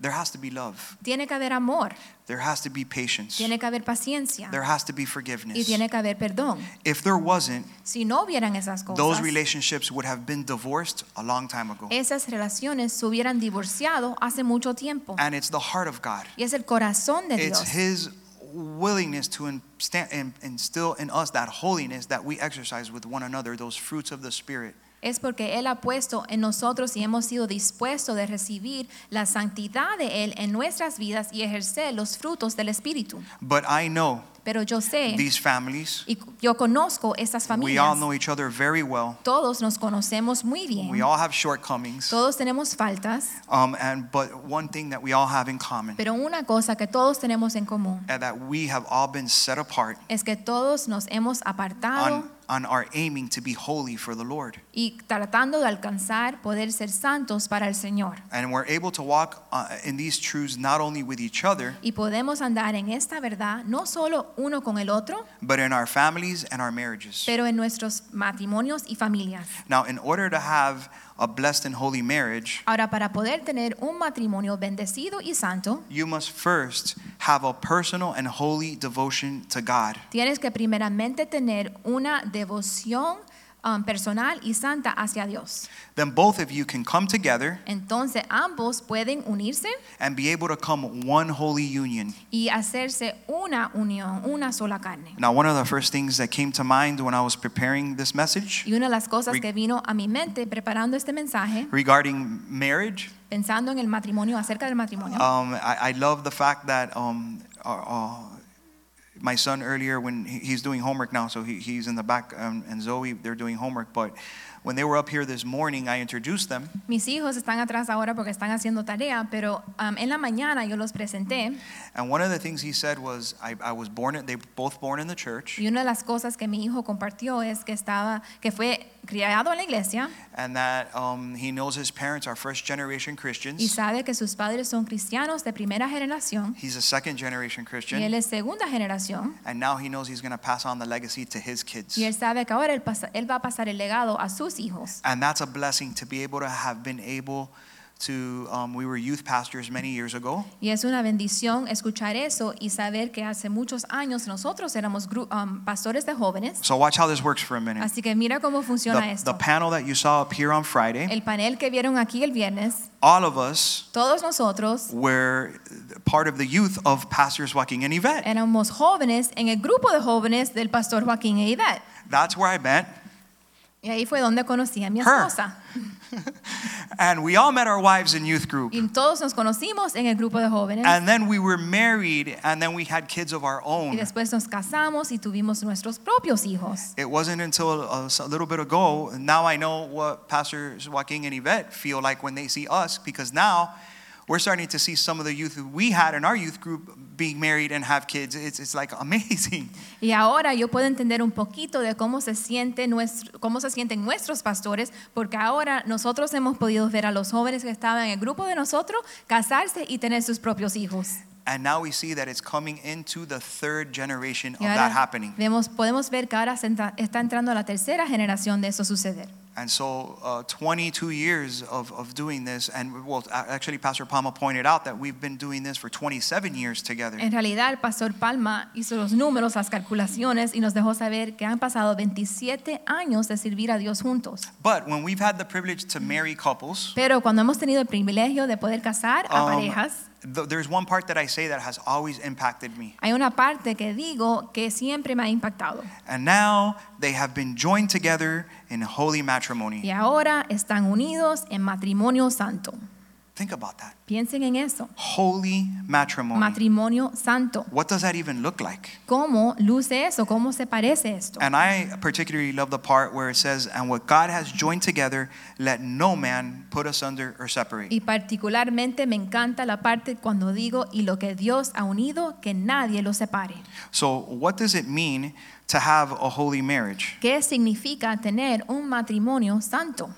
S2: there has to be love,
S3: tiene que haber amor,
S2: there has to be patience,
S3: tiene que haber paciencia
S2: there has to be
S3: y
S2: forgiveness.
S3: tiene que haber perdón.
S2: If there wasn't,
S3: Si no hubieran esas
S2: those
S3: cosas,
S2: relationships would have been divorced a long time ago.
S3: esas relaciones se hubieran divorciado hace mucho tiempo.
S2: And it's the heart of God,
S3: Y es el corazón de
S2: it's
S3: Dios.
S2: His willingness to insta- in- instill in us that holiness that we exercise with one another, those fruits of the Spirit.
S3: Es porque Él ha puesto en nosotros y hemos sido dispuestos de recibir la santidad de Él en nuestras vidas y ejercer los frutos del Espíritu.
S2: But I know.
S3: pero yo sé
S2: these families.
S3: y yo conozco estas
S2: We all
S3: familias.
S2: know each other very well.
S3: Todos nos conocemos muy bien.
S2: We all have shortcomings.
S3: Todos tenemos faltas,
S2: Um, and but one thing that we all have in common
S3: pero una cosa que todos tenemos en común
S2: and that we have all been set apart
S3: es que todos nos hemos apartado
S2: on, on our aiming to be holy for the Lord.
S3: y tratando de alcanzar poder ser santos para el Señor.
S2: And we're able to walk uh, in these truths not only with each other,
S3: Y podemos andar en esta verdad no solo uno con el otro,
S2: but in our families and our marriages.
S3: pero en nuestros matrimonios y familias.
S2: Now, in order to have a blessed and holy marriage,
S3: Ahora, para poder tener un matrimonio bendecido y santo,
S2: you must first have a personal and holy devotion to God.
S3: tienes que primeramente tener una devoción um, personal y santa hacia Dios.
S2: Then both of you can come together
S3: Entonces ambos pueden unirse
S2: and be able to come one holy union.
S3: y hacerse una unión, una sola carne.
S2: Now, one of the first things that came to mind when I was preparing this message
S3: Y una de las cosas
S2: Re-
S3: que vino a mi mente preparando este mensaje,
S2: regarding marriage,
S3: pensando en el matrimonio, acerca del matrimonio,
S2: um, I, I love the fact that um, uh, uh, my son earlier, when he- he's doing homework now, so he, he's in the back, um, and Zoe, they're doing homework. But when they were up here this morning, I introduced them,
S3: mis hijos están atrás ahora porque están haciendo tarea, pero um, en la mañana yo los presenté
S2: and one of the things he said was, I, I was born, in, they were both born in the church,
S3: y una de las cosas que mi hijo compartió es que estaba, que fue criado en la iglesia
S2: and that um, he knows his parents are first generation
S3: y
S2: Christians.
S3: sabe que sus padres son cristianos de primera generación
S2: He's a second generation
S3: y él
S2: Christian,
S3: es segunda generación
S2: and now he knows he's going to pass on the legacy to his kids.
S3: y él sabe que ahora él, pasa- él va a pasar el legado a sus hijos.
S2: And that's a blessing to be able to have been able to. Um, we were youth pastors many years ago,
S3: Y es una bendición escuchar eso y saber que hace muchos años nosotros éramos gru- um, pastores de jóvenes.
S2: so watch how this works for a minute.
S3: Así que mira cómo funciona
S2: The, the
S3: esto.
S2: panel that you saw up here on Friday,
S3: El panel que vieron aquí el viernes,
S2: all of us
S3: todos nosotros
S2: were part of the youth of Pastors Joaquin and Yvette.
S3: éramos jóvenes en el grupo de jóvenes del pastor Joaquín e Yvette.
S2: That's where I met,
S3: Y ahí fue donde conocí a mi
S2: Her.
S3: esposa.
S2: and we all met our wives in youth group.
S3: Y todos nos conocimos en el grupo de jóvenes.
S2: And then we were married, and then we had kids of our
S3: Y
S2: own.
S3: después nos casamos y tuvimos nuestros propios hijos.
S2: It wasn't until a, a little bit ago, now I know what Pastors Joaquin and Yvette feel like when they see us, because now we're starting to see some of the youth who we had in our youth group being married and have kids. It's, it's like amazing.
S3: Y ahora yo puedo entender un poquito de cómo se, siente nuestro, cómo se sienten nuestros pastores, porque ahora nosotros hemos podido ver a los jóvenes que estaban en el grupo de nosotros casarse y tener sus propios hijos.
S2: And now we see that it's coming into the third generation of
S3: Y
S2: that
S3: ahora
S2: happening.
S3: vemos, podemos ver que ahora se entra- está entrando la tercera generación de eso suceder.
S2: And so, uh, 22 years of, of doing this, and well, a- actually, Pastor Palma pointed out that we've been doing this for 27 years together.
S3: En realidad, el pastor Palma hizo los números, las calculaciones y nos dejó saber que han pasado 27 años de servir a Dios juntos.
S2: But when we've had the privilege to marry couples,
S3: Pero cuando hemos tenido el privilegio de poder casar a
S2: Um,
S3: parejas,
S2: th- there's one part that I say that has always impacted me.
S3: hay una parte que digo que siempre me ha impactado.
S2: And now they have been joined together in holy matrimony.
S3: Y ahora están unidos en matrimonio santo.
S2: Think about that.
S3: Piensen en eso.
S2: Holy matrimony.
S3: Matrimonio santo.
S2: what does that even look like?
S3: ¿Cómo luce eso? ¿Cómo se parece esto?
S2: And I particularly love the part where it says, And what God has joined together, let no man put asunder or separate.
S3: Y particularmente me encanta la parte cuando digo y lo que Dios ha unido, que nadie lo separe.
S2: So, what does it mean to have a holy marriage?
S3: ¿Qué significa tener un matrimonio santo?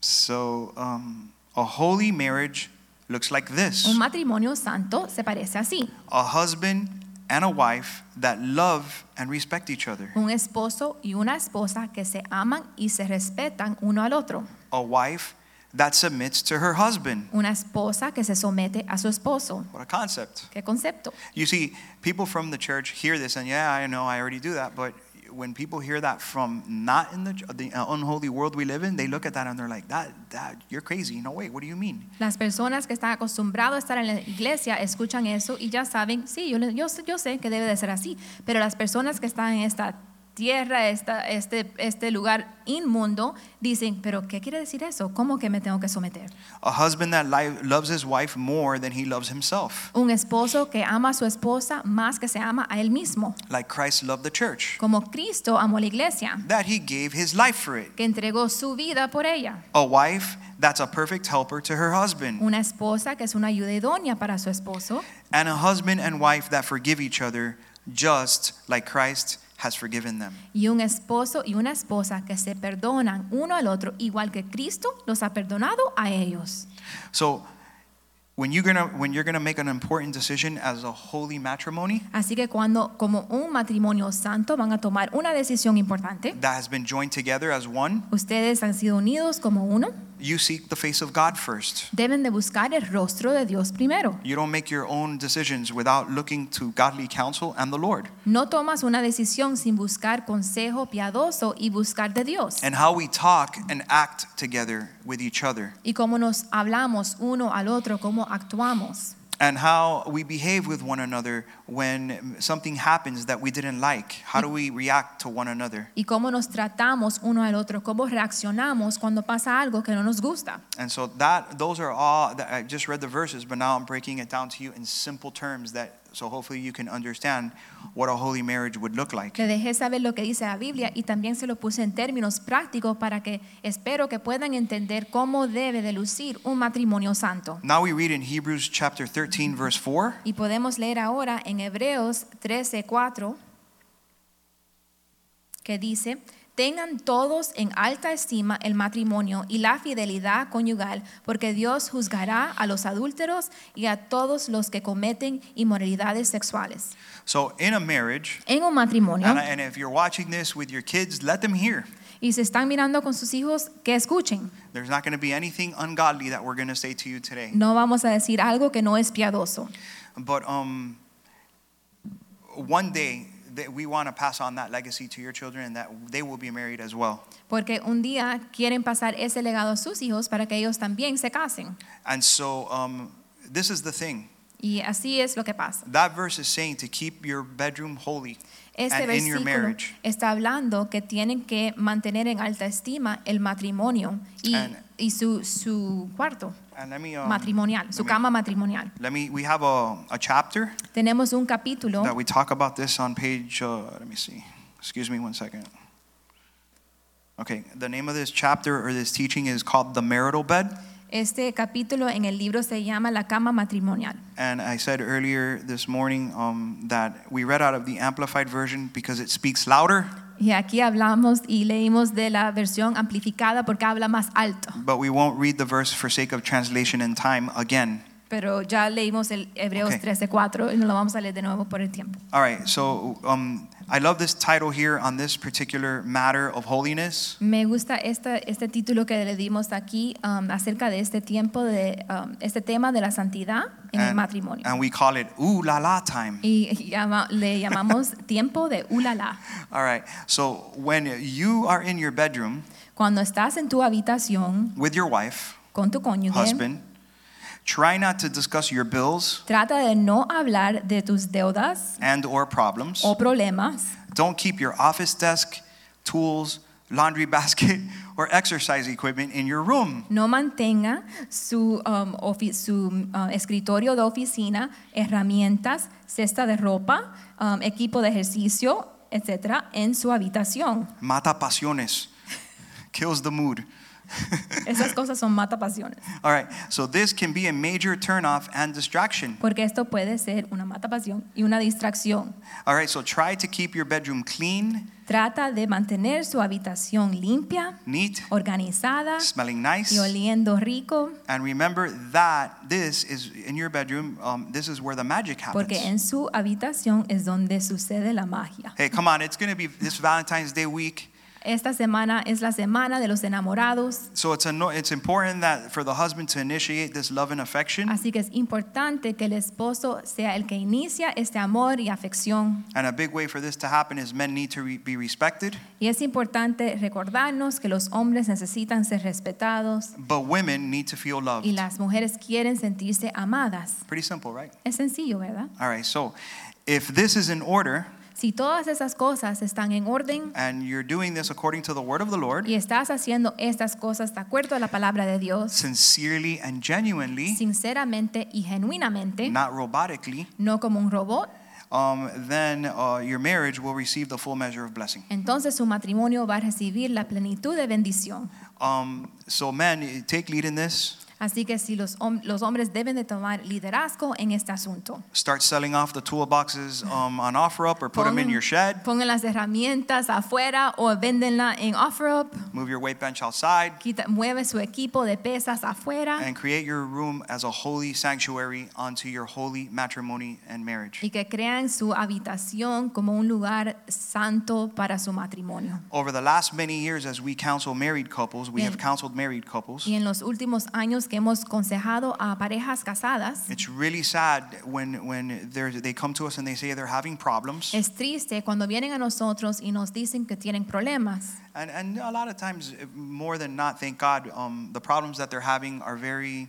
S2: So, um, a holy marriage looks like this
S3: Un matrimonio santo se parece así.
S2: a husband and a wife that love and respect each other.
S3: Un esposo y una esposa que se aman y se respetan uno al otro.
S2: a wife that submits to her husband.
S3: Una esposa que se somete a su esposo.
S2: What a concept.
S3: ¿Qué concepto?
S2: You see, people from the church hear this, and yeah, I know I already do that, but when people hear that from not in the, the uh, unholy world we live in, they look at that and they're like, that, that, you're crazy. No, wait, what do you mean?
S3: Las personas que están acostumbradas a estar en la iglesia escuchan eso y ya saben, sí, yo, yo, yo sé que debe de ser así, pero las personas que están en esta tierra, esta, este, este lugar inmundo, dicen, pero ¿qué quiere decir eso? ¿Cómo que me tengo que someter?
S2: A husband that li- loves his wife more than he loves himself,
S3: Un esposo que ama a su esposa más que se ama a él mismo,
S2: like Christ loved the church,
S3: como Cristo amó la iglesia,
S2: that he gave his life for it.
S3: que entregó su vida por ella.
S2: A wife that's a perfect helper to her husband,
S3: Una esposa que es una ayuda idónea para su esposo
S2: and a husband and wife that forgive each other just like Christ has forgiven them.
S3: y un esposo y una esposa que se perdonan uno al otro igual que Cristo los ha perdonado a ellos.
S2: So when you're gonna when you're gonna make an important decision as a holy matrimony
S3: Así que cuando como un matrimonio santo van a tomar una decisión importante,
S2: that has been joined together as one,
S3: ustedes han sido unidos como uno,
S2: you seek the face of God first.
S3: deben de buscar el rostro de Dios primero.
S2: You don't make your own decisions without looking to godly counsel and the Lord.
S3: No tomas una decisión sin buscar consejo piadoso y buscar de Dios.
S2: And how we talk and act together with each other.
S3: Y cómo nos hablamos uno al otro, cómo actuamos.
S2: And how we behave with one another when something happens that we didn't like. How do we react to one another?
S3: Y cómo nos tratamos uno al otro, cómo reaccionamos cuando pasa algo que no nos gusta.
S2: And so that those are all that I just read the verses, but now I'm breaking it down to you in simple terms that so hopefully you can understand what a holy marriage would look like.
S3: Le dejé saber lo que dice la Biblia y también se lo puse en términos prácticos para que espero que puedan entender cómo debe de lucir un matrimonio santo.
S2: Now we read in Hebrews chapter 13 verse 4.
S3: Y podemos leer ahora en Hebreos 13:4 que dice, tengan todos en alta estima el matrimonio y la fidelidad conyugal, porque Dios juzgará a los adúlteros y a todos los que cometen inmoralidades sexuales.
S2: So in a marriage,
S3: En un matrimonio,
S2: and, I- and if you're watching this with your kids, let them hear.
S3: y se están mirando con sus hijos, que escuchen.
S2: There's not going to be anything ungodly that we're going to say to you today.
S3: No vamos a decir algo que no es piadoso.
S2: But um, one day that we want to pass on that legacy to your children, and that they will be married as well.
S3: Porque un día quieren pasar ese legado a sus hijos para que ellos también se casen.
S2: And so um, this is the thing.
S3: Y así es lo que pasa.
S2: That verse is saying to keep your bedroom holy.
S3: Este
S2: And in your
S3: versículo
S2: marriage.
S3: está hablando que tienen que mantener en alta estima el matrimonio y,
S2: And-
S3: y su, su cuarto
S2: And let me um,
S3: matrimonial, su
S2: let me-
S3: cama matrimonial.
S2: Let me. We have a, a chapter
S3: Tenemos un capítulo
S2: that we talk about this on page. Uh, let me see. Excuse me one second. Okay, the name of this chapter or this teaching is called the marital bed.
S3: Este capítulo en el libro se llama La cama matrimonial.
S2: And I said earlier this morning um, that we read out of the amplified version because it speaks louder,
S3: Y aquí hablamos y leímos de la versión amplificada porque habla más alto.
S2: but we won't read the verse for sake of translation and time again.
S3: Pero ya leímos el Hebreos
S2: Ok.
S3: 13:4 y no lo vamos a leer de nuevo por el tiempo.
S2: All right, so um, I love this title here on this particular matter of holiness.
S3: Me gusta esta- este título que le dimos aquí um, acerca de este tiempo de um, este tema de la santidad en
S2: Ah,
S3: el matrimonio.
S2: and we call it ooh la la time.
S3: y llama- le llamamos tiempo de ulala.
S2: All right, so when you are in your bedroom
S3: Cuando estás en tu habitación
S2: with your wife,
S3: con tu cónyuge,
S2: husband, try not to discuss your bills
S3: trata de no hablar de tus deudas
S2: and or problems.
S3: o problemas.
S2: Don't keep your office desk, tools, laundry basket, or exercise equipment in your room.
S3: No mantenga su, um, ofi- su uh, escritorio de oficina, herramientas, cesta de ropa, um, equipo de ejercicio, etcétera, en su habitación.
S2: Mata pasiones. Kills the mood.
S3: Esas cosas son matapasiones,
S2: All right, so this can be a major turnoff and distraction.
S3: porque esto puede ser una matapasión y una distracción.
S2: All right, so try to keep your bedroom clean,
S3: Trata de mantener su habitación limpia,
S2: neat,
S3: organizada
S2: smelling nice.
S3: y oliendo rico,
S2: And remember that this is in your bedroom, um, this is where the magic
S3: porque
S2: happens.
S3: en su habitación es donde sucede la magia.
S2: Hey, come on, it's gonna be this Valentine's Day week.
S3: Esta semana es la semana de los enamorados.
S2: So it's, anno- it's important that for the husband to initiate this love and affection.
S3: Así que es importante que el esposo sea el que inicia este amor y afección.
S2: And a big way for this to happen is men need to re- be respected,
S3: Y es importante recordarnos que los hombres necesitan ser respetados
S2: but women need to feel loved.
S3: y las mujeres quieren sentirse amadas.
S2: Pretty simple, right?
S3: Es sencillo, ¿verdad?
S2: All right, so if this is in order,
S3: Si todas esas cosas están en orden
S2: and you're doing this according to the word of the Lord,
S3: y estás haciendo estas cosas de acuerdo a la palabra de Dios,
S2: sincerely and genuinely,
S3: sinceramente y genuinamente,
S2: not robotically,
S3: no como un robot,
S2: um, then uh, your marriage will receive the full measure of blessing.
S3: entonces su matrimonio va a recibir la plenitud de bendición.
S2: Um, so, men, eh, take lead in this.
S3: Así que si los, hom- los hombres deben de tomar liderazgo en este asunto.
S2: Start selling off the toolboxes um, on OfferUp or put them in your shed.
S3: pongan las herramientas afuera o véndenla en OfferUp.
S2: Move your weight bench outside
S3: Quita, mueve su equipo de pesas afuera
S2: and create your room as a holy sanctuary unto your holy matrimony and marriage.
S3: y que crean su habitación como un lugar santo para su matrimonio.
S2: Over the last many years, as we counsel married couples, we have
S3: Bien.
S2: counseled married couples.
S3: Y en los últimos años que hemos aconsejado a parejas casadas,
S2: It's really sad when, when they're- they come to us and they say they're having problems.
S3: es triste cuando vienen a nosotros y nos dicen que tienen problemas.
S2: And, and a lot of times, more than not, thank God, um, the problems that they're having are very,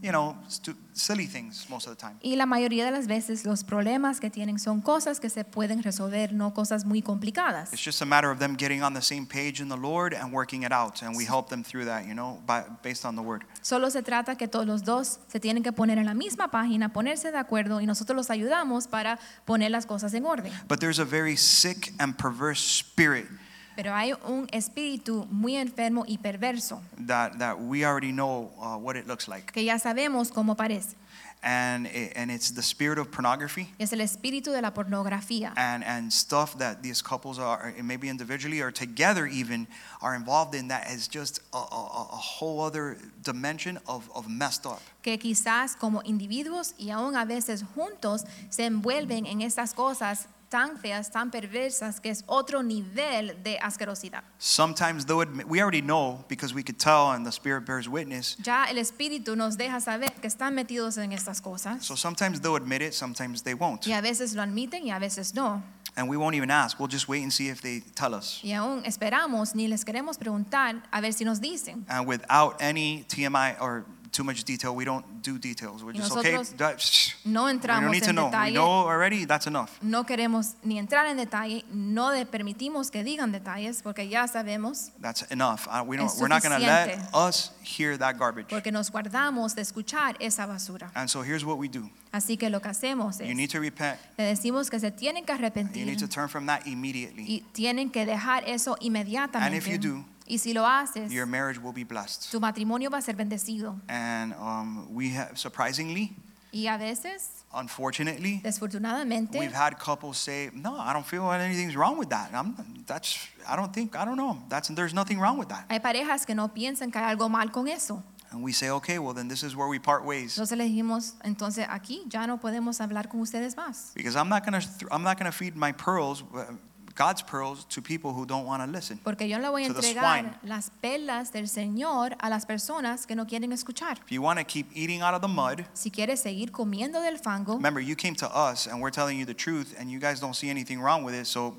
S2: you know, stu- silly things most of the time.
S3: Y la mayoría de las veces los problemas que tienen son cosas que se pueden resolver, no cosas muy complicadas.
S2: It's just a matter of them getting on the same page in the Lord and working it out. And we help them through that, you know, by, based on the word.
S3: Solo se trata que todos los dos se tienen que poner en la misma página, ponerse de acuerdo y nosotros los ayudamos para poner las cosas en orden.
S2: But there's a very sick and perverse spirit
S3: Pero hay un espíritu muy enfermo y perverso
S2: that, that we already know uh, what it looks like.
S3: que ya sabemos cómo parece.
S2: And, it, and it's the spirit of pornography.
S3: Es el espíritu de la pornografía
S2: and and stuff that these couples are and maybe individually or together even are involved in that is just a, a, a a whole other dimension of, of messed up
S3: que quizás como individuos y aún a veces juntos se envuelven en estas cosas tan feas, tan perversas, que es otro nivel de asquerosidad.
S2: sometimes though admit, we already know because we could tell and the spirit bears witness
S3: Ya el espíritu nos deja saber que están metidos en estas cosas
S2: so sometimes they'll admit it sometimes they won't
S3: y a veces lo admiten y a veces no.
S2: and we won't even ask we'll just wait and see if they tell us
S3: Y aún esperamos ni les queremos preguntar a ver si nos dicen.
S2: and without any tmi or too much detail we don't do details we're
S3: Y
S2: just okay
S3: nosotros
S2: that-
S3: No
S2: we don't
S3: entramos
S2: need to
S3: en
S2: know we
S3: detalle,
S2: know already that's enough
S3: no queremos ni entrar en detalle, no de- permitimos que digan detalles porque ya sabemos,
S2: That's enough. I- we don't,
S3: Es
S2: we're not going to let
S3: suficiente.
S2: us hear that garbage.
S3: porque nos guardamos de escuchar esa basura.
S2: And so here's what we do.
S3: Así que lo que hacemos
S2: You
S3: es,
S2: need to repent.
S3: le decimos que se tienen que
S2: You need to
S3: arrepentir
S2: turn from that immediately.
S3: y tienen que dejar eso inmediatamente.
S2: And if you do,
S3: y si lo haces,
S2: Your marriage will be blessed.
S3: tu matrimonio va a ser bendecido.
S2: And um, we have, surprisingly,
S3: Y a veces,
S2: unfortunately,
S3: desfortunadamente,
S2: we've had couples say, "No, I don't feel anything's wrong with that. I'm, that's, I don't think, I don't know. That's, there's nothing wrong with that."
S3: hay parejas que no piensan que hay algo mal con eso.
S2: And we say, "Okay, well then this is where we part ways."
S3: Entonces le dijimos, entonces aquí ya no podemos hablar con ustedes más.
S2: Because I'm not gonna, th- I'm not gonna feed my pearls, uh, God's pearls, to people who don't want to listen.
S3: Porque yo no le voy a
S2: To the swine.
S3: entregar las perlas del Señor a las personas que no quieren escuchar.
S2: If you want to keep eating out of the mud,
S3: Si quieres seguir comiendo del fango,
S2: Remember, you came to us and we're telling you the truth, and you guys don't see anything wrong with it, so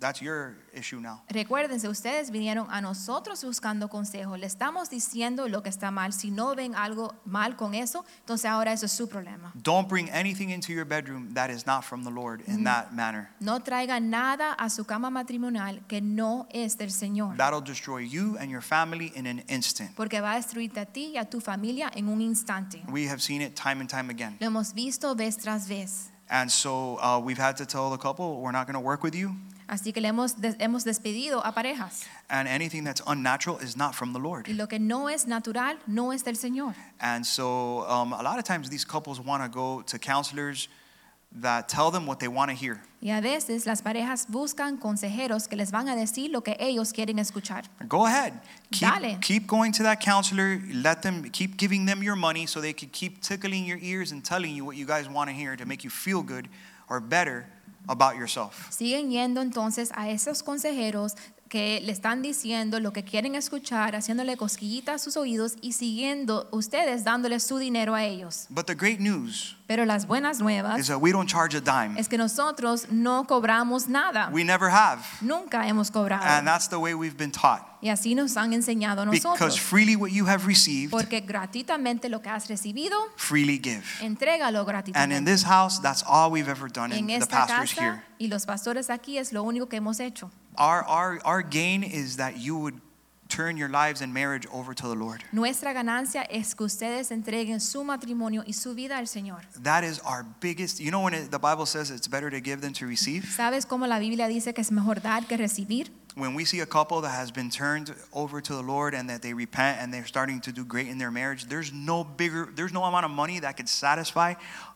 S2: that's your issue now.
S3: recuérdense, ustedes vinieron a nosotros buscando consejo. Le estamos diciendo lo que está mal. Si no ven algo mal con eso, entonces ahora eso es su problema.
S2: Don't bring anything into your bedroom that is not from the Lord in that manner.
S3: No traigan nada a su cama matrimonial que no es del Señor.
S2: That'll destroy you and your family in an instant.
S3: Porque va a destruirte a ti y a tu familia en un instante.
S2: We have seen it time and time again.
S3: Lo hemos visto vez tras vez.
S2: And so uh, we've had to tell the couple, we're not going to work with you,
S3: Así que le hemos, des- hemos despedido a parejas.
S2: and anything that's unnatural is not from the
S3: Y
S2: Lord.
S3: lo que no es natural no es del Señor.
S2: And so um, a lot of times these couples want to go to counselors that tell them what they want to hear.
S3: Y a veces las parejas buscan consejeros que les van a decir lo que ellos quieren escuchar.
S2: Go ahead. Keep,
S3: Dale.
S2: keep going to that counselor. Let them keep giving them your money so they could keep tickling your ears and telling you what you guys want to hear to make you feel good or better about yourself.
S3: Siguen yendo entonces a esos consejeros que le están diciendo lo que quieren escuchar, haciéndole cosquillitas a sus oídos y siguiendo ustedes dándole su dinero a ellos.
S2: But the great news
S3: Pero las buenas
S2: is
S3: nuevas
S2: that we don't charge a dime.
S3: es que nosotros no cobramos nada.
S2: We never have.
S3: Nunca hemos
S2: And
S3: cobrado.
S2: that's the way we've been taught.
S3: Y así nos han enseñado a
S2: Because
S3: nosotros.
S2: freely what you have received,
S3: Porque gratuitamente lo que has recibido,
S2: freely give.
S3: entrégalo
S2: And in
S3: gratuitamente.
S2: this house, that's all we've ever done.
S3: En
S2: And the
S3: esta
S2: pastors
S3: casa
S2: here.
S3: y los pastores aquí es lo único que hemos hecho.
S2: Our, our, our gain is that you would turn your lives and marriage over to the Lord.
S3: Nuestra ganancia es que ustedes entreguen su matrimonio y su vida al Señor.
S2: That is our biggest. You know when it, the Bible says it's better to give than to receive?
S3: ¿Sabes cómo la Biblia dice que es mejor dar que recibir?
S2: When we see a couple that has been turned over to the Lord and that they repent and they're starting to do great in their marriage, there's no bigger, there's no amount of money that could satisfy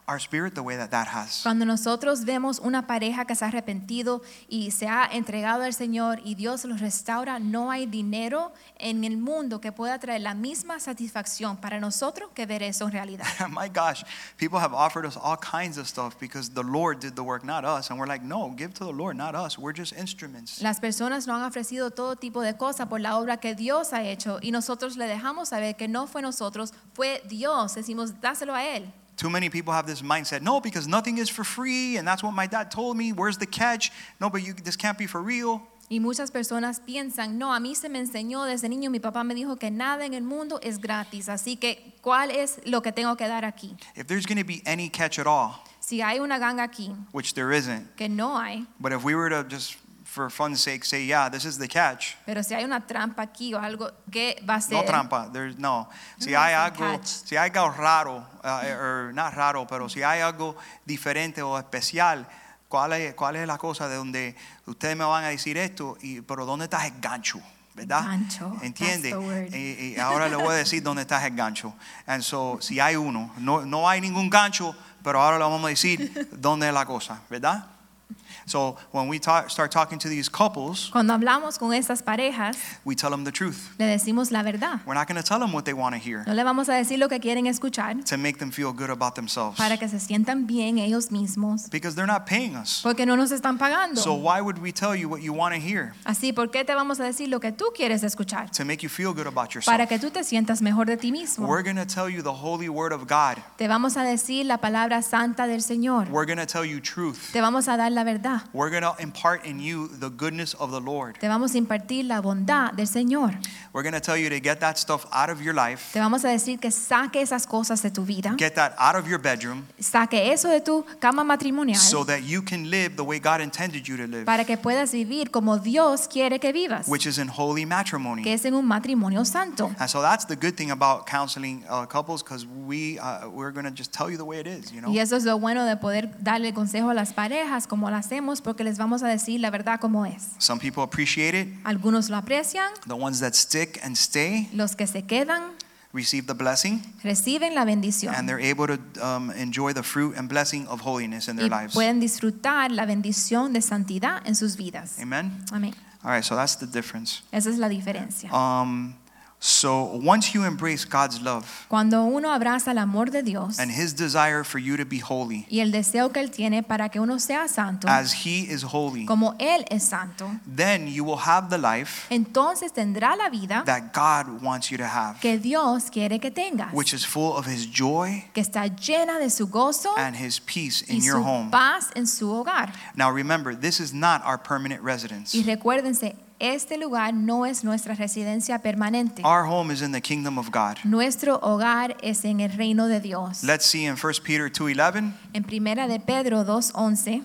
S2: our spirit the way that that has.
S3: Cuando nosotros vemos una pareja que se ha arrepentido y se ha entregado al Señor y Dios los restaura, no hay dinero en el mundo que pueda traer la misma satisfacción para nosotros que ver eso en realidad.
S2: My gosh, people have offered us all kinds of stuff because the Lord did the work, not us. And we're like, no, give to the Lord, not us. We're just instruments.
S3: Las personas nos han ofrecido todo tipo de cosas por la obra que Dios ha hecho y nosotros le dejamos saber que no fue nosotros, fue Dios. Decimos, dáselo a Él.
S2: Too many people have this mindset, no, because nothing is for free. And that's what my dad told me. Where's the catch? No, but you, this can't be for real.
S3: Y muchas personas piensan, no, a mí se me enseñó desde niño, mi papá me dijo que nada en el mundo es gratis, así que ¿cuál es lo que tengo que dar aquí?
S2: If there's going to be any catch at all,
S3: Si hay una ganga aquí
S2: which there isn't,
S3: que no hay,
S2: but if we were to just for fun's sake say, yeah, this is the catch,
S3: pero si hay una trampa aquí o algo que va a ser
S2: no trampa, there's no. Si
S3: No,
S2: hay
S3: it's a
S2: algo,
S3: catch.
S2: si hay algo raro, uh, or not raro, pero si hay algo diferente o especial, ¿cuál es, cuál es la cosa de donde ustedes me van a decir esto? Y, pero ¿dónde está el gancho? ¿Verdad?
S3: gancho, that's
S2: ¿Entiende?
S3: the word.
S2: Y, y ahora le voy a decir dónde está el gancho. And so, si hay uno, no, no hay ningún gancho, pero ahora le vamos a decir dónde es la cosa, ¿verdad? So, when we talk, start talking to these couples,
S3: Cuando hablamos con estas parejas,
S2: we tell them the truth.
S3: le decimos la verdad.
S2: We're not going to tell them what they want to hear.
S3: No le vamos a decir lo que quieren escuchar
S2: to make them feel good about themselves
S3: para que se sientan bien ellos mismos,
S2: because they're not paying us.
S3: porque no nos están pagando.
S2: So why would we tell you what you want to hear
S3: Así, ¿por qué te vamos a decir lo que tú quieres escuchar?
S2: to make you feel good about
S3: Para
S2: yourself?
S3: que tú te sientas mejor de ti mismo.
S2: We're going to tell you the holy word of God.
S3: Te vamos a decir la palabra santa del Señor.
S2: We're going to tell you truth.
S3: Te vamos a dar la verdad.
S2: We're going to impart in you the goodness of the Lord.
S3: Te vamos a impartir la bondad del Señor.
S2: We're going to tell you to get that stuff out of your life,
S3: Te vamos a decir que saque esas cosas de tu vida.
S2: get that out of your bedroom
S3: Saque eso de tu cama matrimonial
S2: so that you can live the way God intended you to live,
S3: para que puedas vivir como Dios quiere que vivas,
S2: which is in holy
S3: que
S2: matrimony.
S3: es en un matrimonio santo.
S2: And so that's the good thing about counseling uh, couples because we, uh, we're going to just tell you the way it is, you know?
S3: Y eso es lo bueno de poder darle consejo a las parejas como lo hacemos porque les vamos a decir la verdad como es.
S2: Some people appreciate it.
S3: Algunos lo aprecian,
S2: The ones that stick and stay
S3: los que se quedan
S2: receive the blessing,
S3: reciben la bendición.
S2: and they're able to um, enjoy the fruit and blessing of holiness in their
S3: y
S2: lives.
S3: pueden disfrutar la bendición de santidad en sus vidas.
S2: Amen.
S3: Amén.
S2: All right, so that's the difference.
S3: Esa es la diferencia.
S2: Um, so once you embrace God's love
S3: Cuando uno abraza el amor de Dios
S2: and His desire for you to be holy,
S3: y el deseo que Él tiene para que uno sea santo,
S2: as He is holy,
S3: como Él es santo,
S2: then you will have the life
S3: entonces tendrá la vida
S2: that God wants you to have,
S3: que Dios quiere que tengas,
S2: which is full of His joy
S3: que está llena de su gozo
S2: and His peace in
S3: y
S2: your
S3: su
S2: home.
S3: paz en su hogar.
S2: Now remember, this is not our permanent residence.
S3: Y recuérdense, este lugar no es nuestra residencia permanente.
S2: Our home is in the kingdom of God.
S3: Nuestro hogar es en el reino de Dios.
S2: Let's see in 1 Peter 2:11,
S3: En primera de Pedro 2:11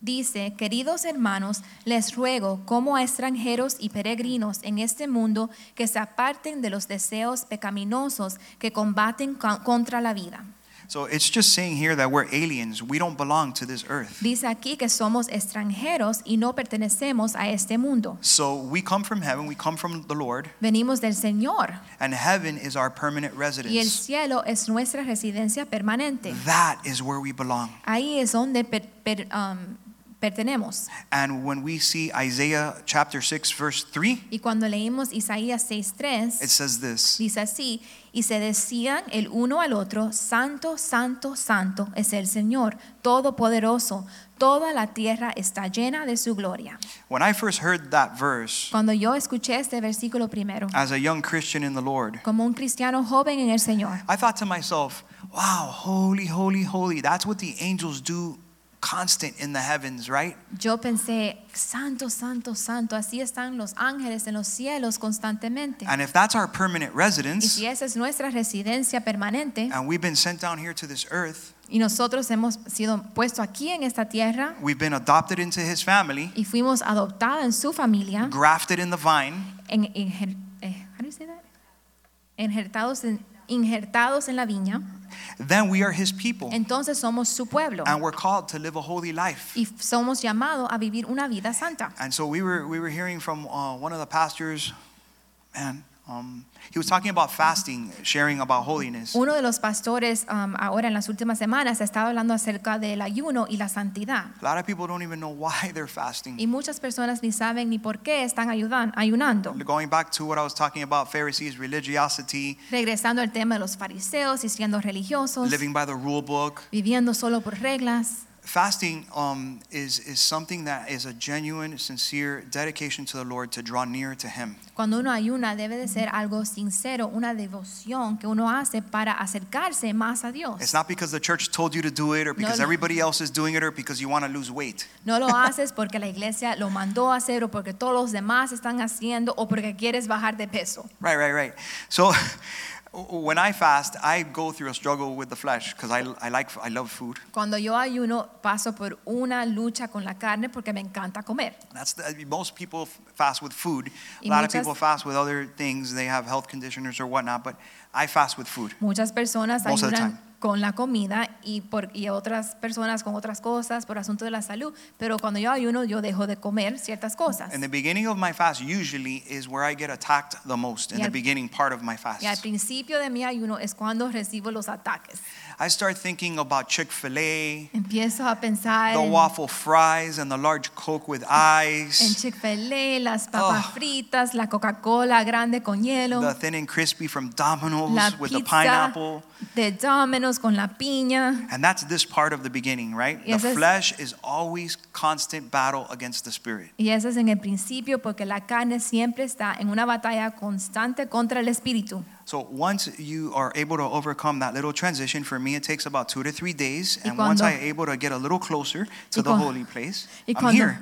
S3: dice, "Queridos hermanos, les ruego como a extranjeros y peregrinos en este mundo que se aparten de los deseos pecaminosos que combaten con- contra la vida."
S2: So it's just saying here that we're aliens. We don't belong to this earth.
S3: Dice aquí que somos extranjeros y no pertenecemos a este mundo.
S2: So we come from heaven, we come from the Lord,
S3: Venimos del Señor
S2: and heaven is our permanent
S3: y el
S2: residence.
S3: cielo es nuestra residencia permanente.
S2: That is where we belong.
S3: Ahí es donde per- per- um, pertenemos.
S2: And when we see Isaiah chapter 6, verse 3,
S3: Y cuando leímos Isaías
S2: it
S3: 6:3,
S2: says this
S3: dice así, y se decían el uno al otro, Santo, Santo, Santo es el Señor, Todopoderoso, toda la tierra está llena de su gloria.
S2: When I first heard that verse
S3: Cuando yo escuché este versículo primero,
S2: as a young Christian in the Lord,
S3: como un cristiano joven en el Señor,
S2: I thought to myself, wow, holy, holy, holy. That's what the angels do constant in the heavens, right?
S3: yo pensé, Santo, Santo, Santo, así están los ángeles en los cielos constantemente.
S2: And if that's our permanent
S3: Y
S2: residence,
S3: si esa es nuestra residencia permanente
S2: and we've been sent down here to this earth,
S3: y nosotros hemos sido puestos aquí en esta tierra
S2: we've been adopted into his family,
S3: y fuimos adoptados en su familia,
S2: grafted in the vine,
S3: en, enjer- eh, how do you say that? Injertados en, injertados en la viña,
S2: then we are his people.
S3: entonces somos su pueblo
S2: And we're called to live a holy life.
S3: y f- somos llamados a vivir una vida santa.
S2: And so we were, we were hearing from uh, one of the pastors, man, um, he was talking about fasting, sharing about holiness.
S3: Uno de los pastores um, ahora en las últimas semanas ha estado hablando acerca del ayuno y la santidad.
S2: A lot of people don't even know why they're fasting.
S3: Y muchas personas ni saben ni por qué están ayudan- ayunando.
S2: Going back to what I was talking about Pharisees, religiosity,
S3: Regresando al tema de los fariseos y siendo religiosos,
S2: living by the rule book.
S3: viviendo solo por reglas.
S2: Fasting um, is, is something that is a genuine, sincere dedication to the Lord to draw near to Him.
S3: Cuando uno ayuna debe de ser algo sincero, una devoción que uno hace para acercarse más a Dios.
S2: It's not because the church told you to do it or because
S3: no.
S2: everybody else is doing it or because you want to lose weight.
S3: No lo haces porque la iglesia lo mandó a hacer o porque todos los demás están haciendo o porque quieres bajar de peso.
S2: Right, right, right. So when I fast, I go through a struggle with the flesh because I, I, like, I love food.
S3: Cuando yo ayuno paso por una lucha con la carne porque me encanta comer.
S2: That's the, most people f- fast with food. A
S3: Y
S2: lot of
S3: muchas-
S2: people fast with other things. They have health conditioners or whatnot, but I fast with food.
S3: Muchas personas
S2: Most of the
S3: ayudan
S2: time.
S3: con la comida y, por, y otras personas con otras cosas por asunto de la salud, pero cuando yo ayuno yo dejo de comer ciertas cosas.
S2: And the beginning of my fast usually is where I get attacked the most in
S3: Y
S2: the
S3: al-
S2: beginning part of my
S3: Y al
S2: fast.
S3: principio de mi ayuno es cuando recibo los ataques.
S2: I start thinking about Chick fil A,
S3: Empiezo a pensar
S2: the
S3: en,
S2: waffle fries, and the large Coke with
S3: en
S2: ice,
S3: Chick-fil-A, las papas
S2: Oh.
S3: fritas, la Coca-Cola grande con hielo,
S2: the thin and crispy from
S3: la
S2: Domino's with the
S3: pizza
S2: pineapple.
S3: de Domino's con la piña.
S2: And that's this part of the beginning, right?
S3: Y ese
S2: the
S3: es-
S2: flesh is always constant battle against the spirit.
S3: Y eso es en el principio porque la carne siempre está en una batalla constante contra el espíritu.
S2: So once you are able to overcome that little transition, for me it takes about two to three days.
S3: Y
S2: And once
S3: cuando-
S2: I'm able to get a little closer to the
S3: cuan-
S2: holy place,
S3: Y
S2: I'm
S3: cuando,
S2: here.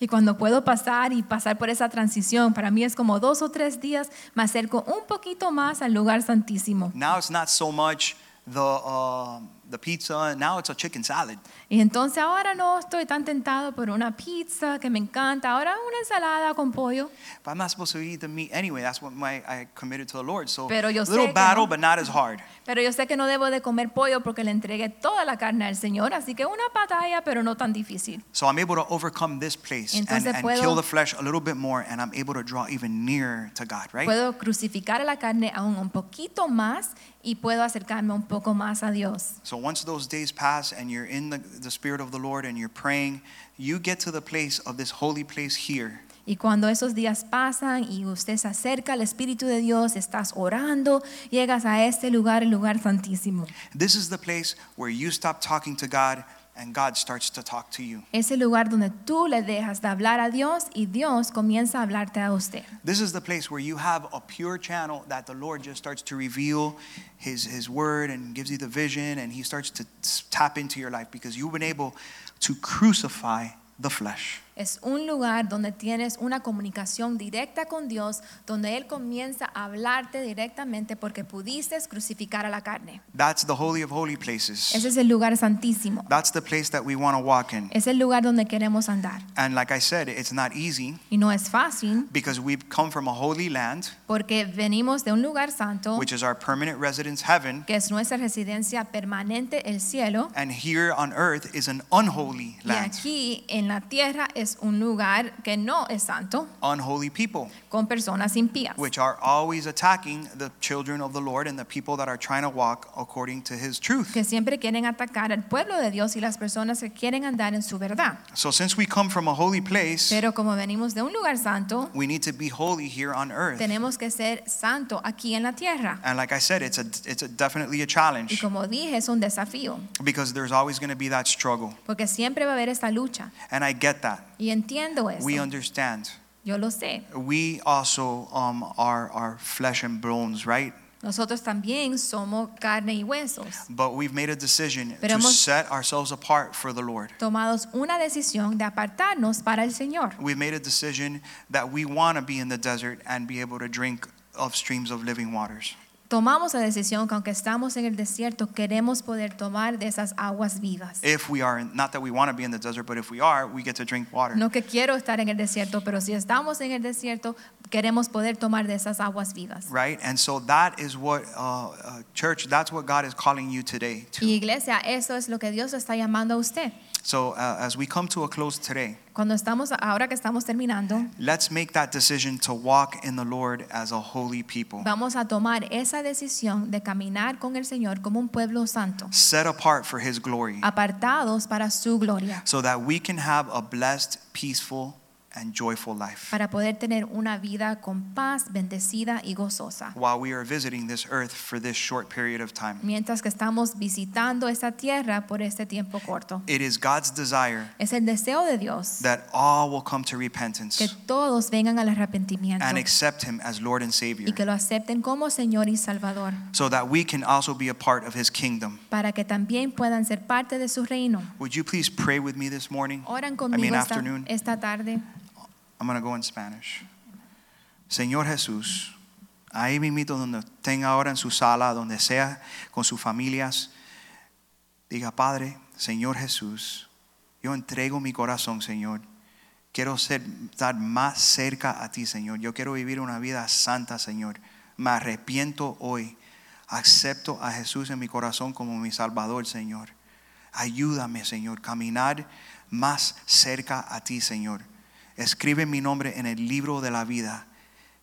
S3: y cuando puedo pasar y pasar por esa transición, para mí es como dos o tres días, me acerco un poquito más al lugar santísimo.
S2: Now it's not so much the um the pizza. Now it's a chicken salad.
S3: Y entonces ahora no estoy tan tentado por una pizza que me encanta, ahora una ensalada con pollo,
S2: But I'm not supposed to eat the meat anyway. That's what my I committed to the Lord. So
S3: Pero yo sé
S2: little
S3: que
S2: battle,
S3: no.
S2: but not as hard.
S3: pero yo sé que no debo de comer pollo porque le entregué toda la carne al Señor, así que una batalla, pero no tan difícil.
S2: So I'm able to overcome this place and,
S3: Entonces
S2: and
S3: puedo-
S2: kill the flesh a little bit more, and I'm able to draw even nearer to God. Right?
S3: Puedo crucificar a la carne aún un poquito más y puedo acercarme un poco más a Dios.
S2: So once those days pass and you're in the, the Spirit of the Lord and you're praying, you get to the place of this holy place here.
S3: Y cuando esos días pasan y usted se acerca al Espíritu de Dios, estás orando, llegas a este lugar, el lugar santísimo.
S2: This is the place where you stop talking to God and God starts to talk to you.
S3: Es el lugar donde tú le dejas de hablar a Dios y Dios comienza a hablarte a usted.
S2: This is the place where you have a pure channel that the Lord just starts to reveal his, his word and gives you the vision and he starts to s- tap into your life because you've been able to crucify the flesh.
S3: Es un lugar donde tienes una comunicación directa con Dios, donde Él comienza a hablarte directamente porque pudiste crucificar a la carne.
S2: That's the holy of holy
S3: Ese
S2: places.
S3: es el lugar santísimo.
S2: That's the place that we want to walk in.
S3: Es el lugar donde queremos andar.
S2: And like I said, it's not easy.
S3: Y no es fácil
S2: because we've come from a holy land,
S3: porque venimos de un lugar santo.
S2: which is our permanent residence, heaven,
S3: que es nuestra residencia permanente, el cielo,
S2: and here on earth is an unholy
S3: y
S2: land.
S3: aquí en la tierra es es un lugar que no es santo
S2: unholy people,
S3: con personas impías
S2: which are always attacking the children of the Lord and the people that are trying to walk according to his truth.
S3: que siempre quieren atacar al pueblo de Dios y las personas que quieren andar en su verdad.
S2: So, since we come from a holy place,
S3: Pero como venimos de un lugar santo,
S2: we need to be holy here on earth.
S3: tenemos que ser santo aquí en la tierra.
S2: And like I said, it's a, it's a, definitely a
S3: Y
S2: challenge
S3: como dije, es un desafío,
S2: because there's always going to be that struggle.
S3: porque siempre va a haber esta lucha.
S2: And I get that.
S3: Y entiendo eso.
S2: We understand.
S3: Yo lo sé.
S2: We also um, are, are flesh and bones, right?
S3: Nosotros también somos carne y huesos.
S2: But we've made a decision
S3: Pero
S2: to
S3: hemos-
S2: set ourselves apart for the Lord.
S3: Tomados una decisión de apartarnos para el Señor.
S2: We've made a decision that we want to be in the desert and be able to drink of streams of living waters.
S3: Tomamos la decisión que aunque estamos en el desierto, queremos poder tomar de esas aguas vivas.
S2: If we are, in- not that we want to be in the desert, but if we are, we get to drink water.
S3: No que quiero estar en el desierto, pero si estamos en el desierto, queremos poder tomar de esas aguas vivas.
S2: Right? And so that is what, uh, uh, church, that's what God is calling you today to.
S3: Y iglesia, eso es lo que Dios está llamando a usted.
S2: So uh, as we come to a close today,
S3: Cuando estamos, ahora que estamos terminando,
S2: let's make that decision to walk in the Lord as a holy people,
S3: vamos a tomar esa decisión de caminar con el Señor como un pueblo santo,
S2: set apart for His glory,
S3: apartados para su gloria,
S2: so that we can have a blessed, peaceful, and joyful life
S3: para poder tener una vida con paz, bendecida y gozosa.
S2: while we are visiting this earth for this short period of time.
S3: Mientras que estamos visitando esta tierra por este tiempo corto.
S2: It is God's desire
S3: Es el deseo de Dios
S2: that all will come to
S3: que
S2: repentance
S3: todos vengan al arrepentimiento
S2: and accept Him as Lord and Savior,
S3: y que lo acepten como Señor y Salvador,
S2: so that we can also be a part of His kingdom.
S3: para que también puedan ser parte de su reino.
S2: Would you please pray with me this morning?
S3: Oran conmigo esta,
S2: afternoon.
S3: esta tarde.
S2: I'm going to go in Spanish. Señor Jesús, ahí mismito donde estén ahora en su sala, donde sea, con sus familias, diga, Padre, Señor Jesús, yo entrego mi corazón, Señor. Quiero ser, estar más cerca a ti, Señor. Yo quiero vivir una vida santa, Señor. Me arrepiento hoy. Acepto a Jesús en mi corazón como mi Salvador, Señor. Ayúdame, Señor, caminar más cerca a ti, Señor. Escribe mi nombre en el libro de la vida,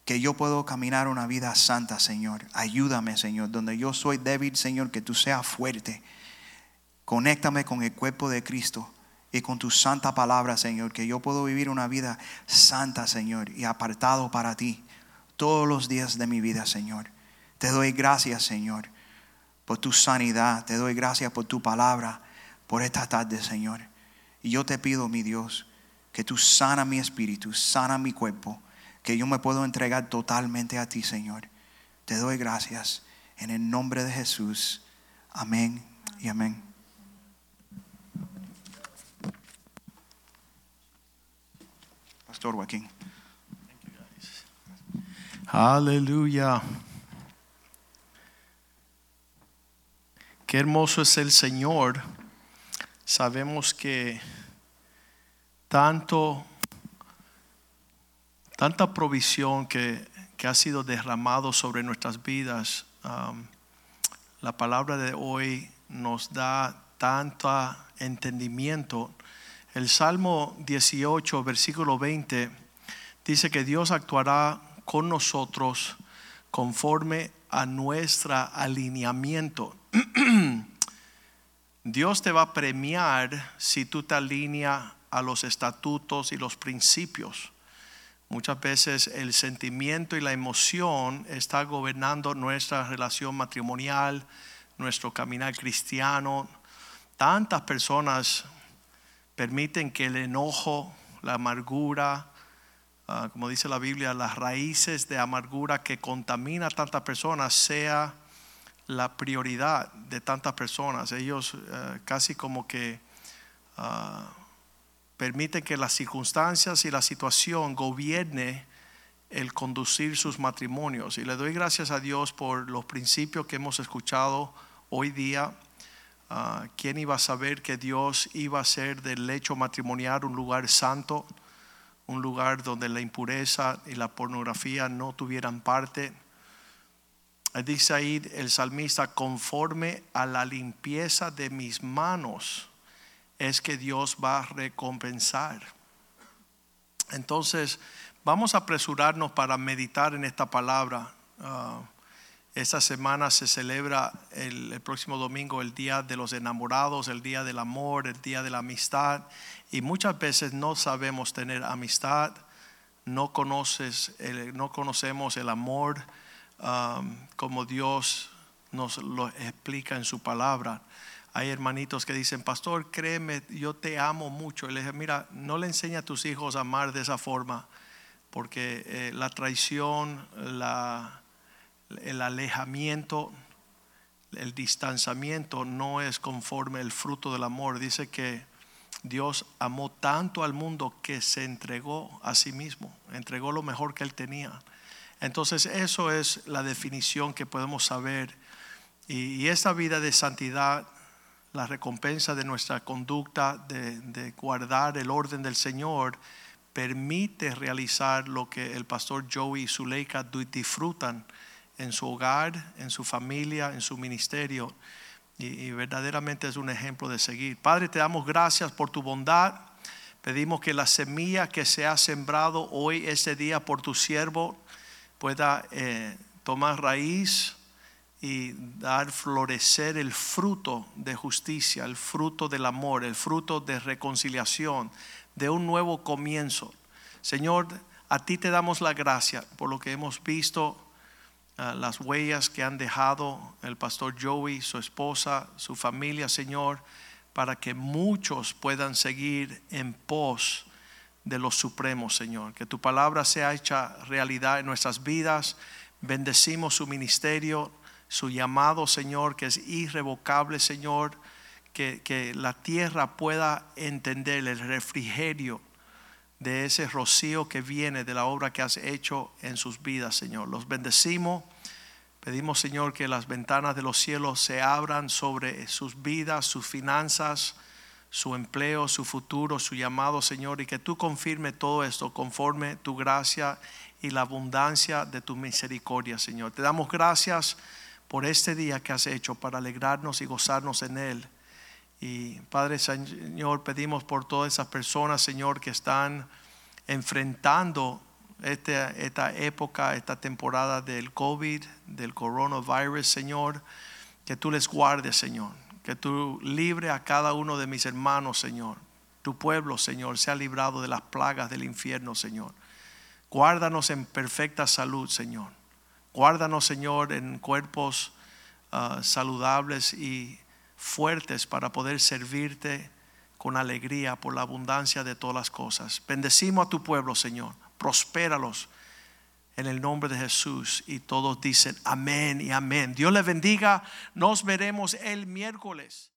S2: que yo puedo caminar una vida santa, Señor. Ayúdame, Señor, donde yo soy débil, Señor, que tú seas fuerte. Conéctame con el cuerpo de Cristo y con tu santa palabra, Señor, que yo puedo vivir una vida santa, Señor, y apartado para ti todos los días de mi vida, Señor. Te doy gracias, Señor, por tu sanidad. Te doy gracias por tu palabra, por esta tarde, Señor. Y yo te pido, mi Dios, que tú sana mi espíritu, sana mi cuerpo, que yo me puedo entregar totalmente a ti, Señor. Te doy gracias en el nombre de Jesús. Amén y amén. Pastor Joaquín.
S5: Aleluya. Qué hermoso es el Señor. Sabemos que tanto, tanta provisión que, que ha sido derramado sobre nuestras vidas. um, la palabra de hoy nos da tanto entendimiento. El Salmo 18, versículo 20 dice que Dios actuará con nosotros conforme a nuestro alineamiento. Dios te va a premiar si tú te alineas a los estatutos y los principios. Muchas veces el sentimiento y la emoción está gobernando nuestra relación matrimonial, nuestro caminar cristiano. Tantas personas permiten que el enojo, la amargura, ah, como dice la Biblia, las raíces de amargura que contamina a tantas personas sea la prioridad de tantas personas. Ellos eh, casi como que ah, permiten que las circunstancias y la situación gobierne el conducir sus matrimonios. Y le doy gracias a Dios por los principios que hemos escuchado hoy día. Ah, ¿Quién iba a saber que Dios iba a hacer del lecho matrimonial un lugar santo? un lugar donde la impureza y la pornografía no tuvieran parte. Dice ahí el salmista, conforme a la limpieza de mis manos es que Dios va a recompensar. Entonces, vamos a apresurarnos para meditar en esta palabra. Ah, esta semana se celebra el, el próximo domingo el Día de los Enamorados, el Día del Amor, el Día de la Amistad. Y muchas veces no sabemos tener amistad, no, conoces el- no conocemos el amor um, como Dios nos lo explica en su palabra. Hay hermanitos que dicen, pastor, créeme, yo te amo mucho. Y le dije, mira, no le enseña a tus hijos a amar de esa forma, porque eh, la traición, la, el alejamiento, el distanciamiento no es conforme el fruto del amor. Dice que Dios amó tanto al mundo que se entregó a sí mismo, entregó lo mejor que él tenía. Entonces eso es la definición que podemos saber. Y, y esta vida de santidad, la recompensa de nuestra conducta, de, de guardar el orden del Señor, permite realizar lo que el pastor Joey y Zuleika du- disfrutan en su hogar, en su familia, en su ministerio. Y, y verdaderamente es un ejemplo de seguir. Padre, te damos gracias por tu bondad. Pedimos que la semilla que se ha sembrado hoy, este día, por tu siervo, pueda eh, tomar raíz y dar florecer el fruto de justicia, el fruto del amor, el fruto de reconciliación, de un nuevo comienzo. Señor, a ti te damos la gracia por lo que hemos visto, ah, las huellas que han dejado el pastor Joey, su esposa, su familia, Señor, para que muchos puedan seguir en pos de los supremos, Señor. Que tu palabra sea hecha realidad en nuestras vidas. Bendecimos su ministerio, su llamado, Señor, que es irrevocable, Señor. Que, que la tierra pueda entender el refrigerio de ese rocío que viene de la obra que has hecho en sus vidas, Señor. Los bendecimos. Pedimos, Señor, que las ventanas de los cielos se abran sobre sus vidas, sus finanzas, su empleo, su futuro, su llamado, Señor, y que tú confirme todo esto conforme tu gracia y la abundancia de tu misericordia, Señor. Te damos gracias por este día que has hecho para alegrarnos y gozarnos en él. Y Padre Señor, pedimos por todas esas personas, Señor, que están enfrentando esta, esta época, esta temporada del COVID, del coronavirus, Señor, que tú les guardes, Señor, que tú libre a cada uno de mis hermanos, Señor. Tu pueblo, Señor, se ha librado de las plagas del infierno, Señor. Guárdanos en perfecta salud, Señor. Guárdanos, Señor, en cuerpos ah, saludables y fuertes para poder servirte con alegría por la abundancia de todas las cosas. Bendecimos a tu pueblo, Señor. Prospéralos en el nombre de Jesús. Y todos dicen amén y amén. Dios les bendiga. Nos veremos el miércoles.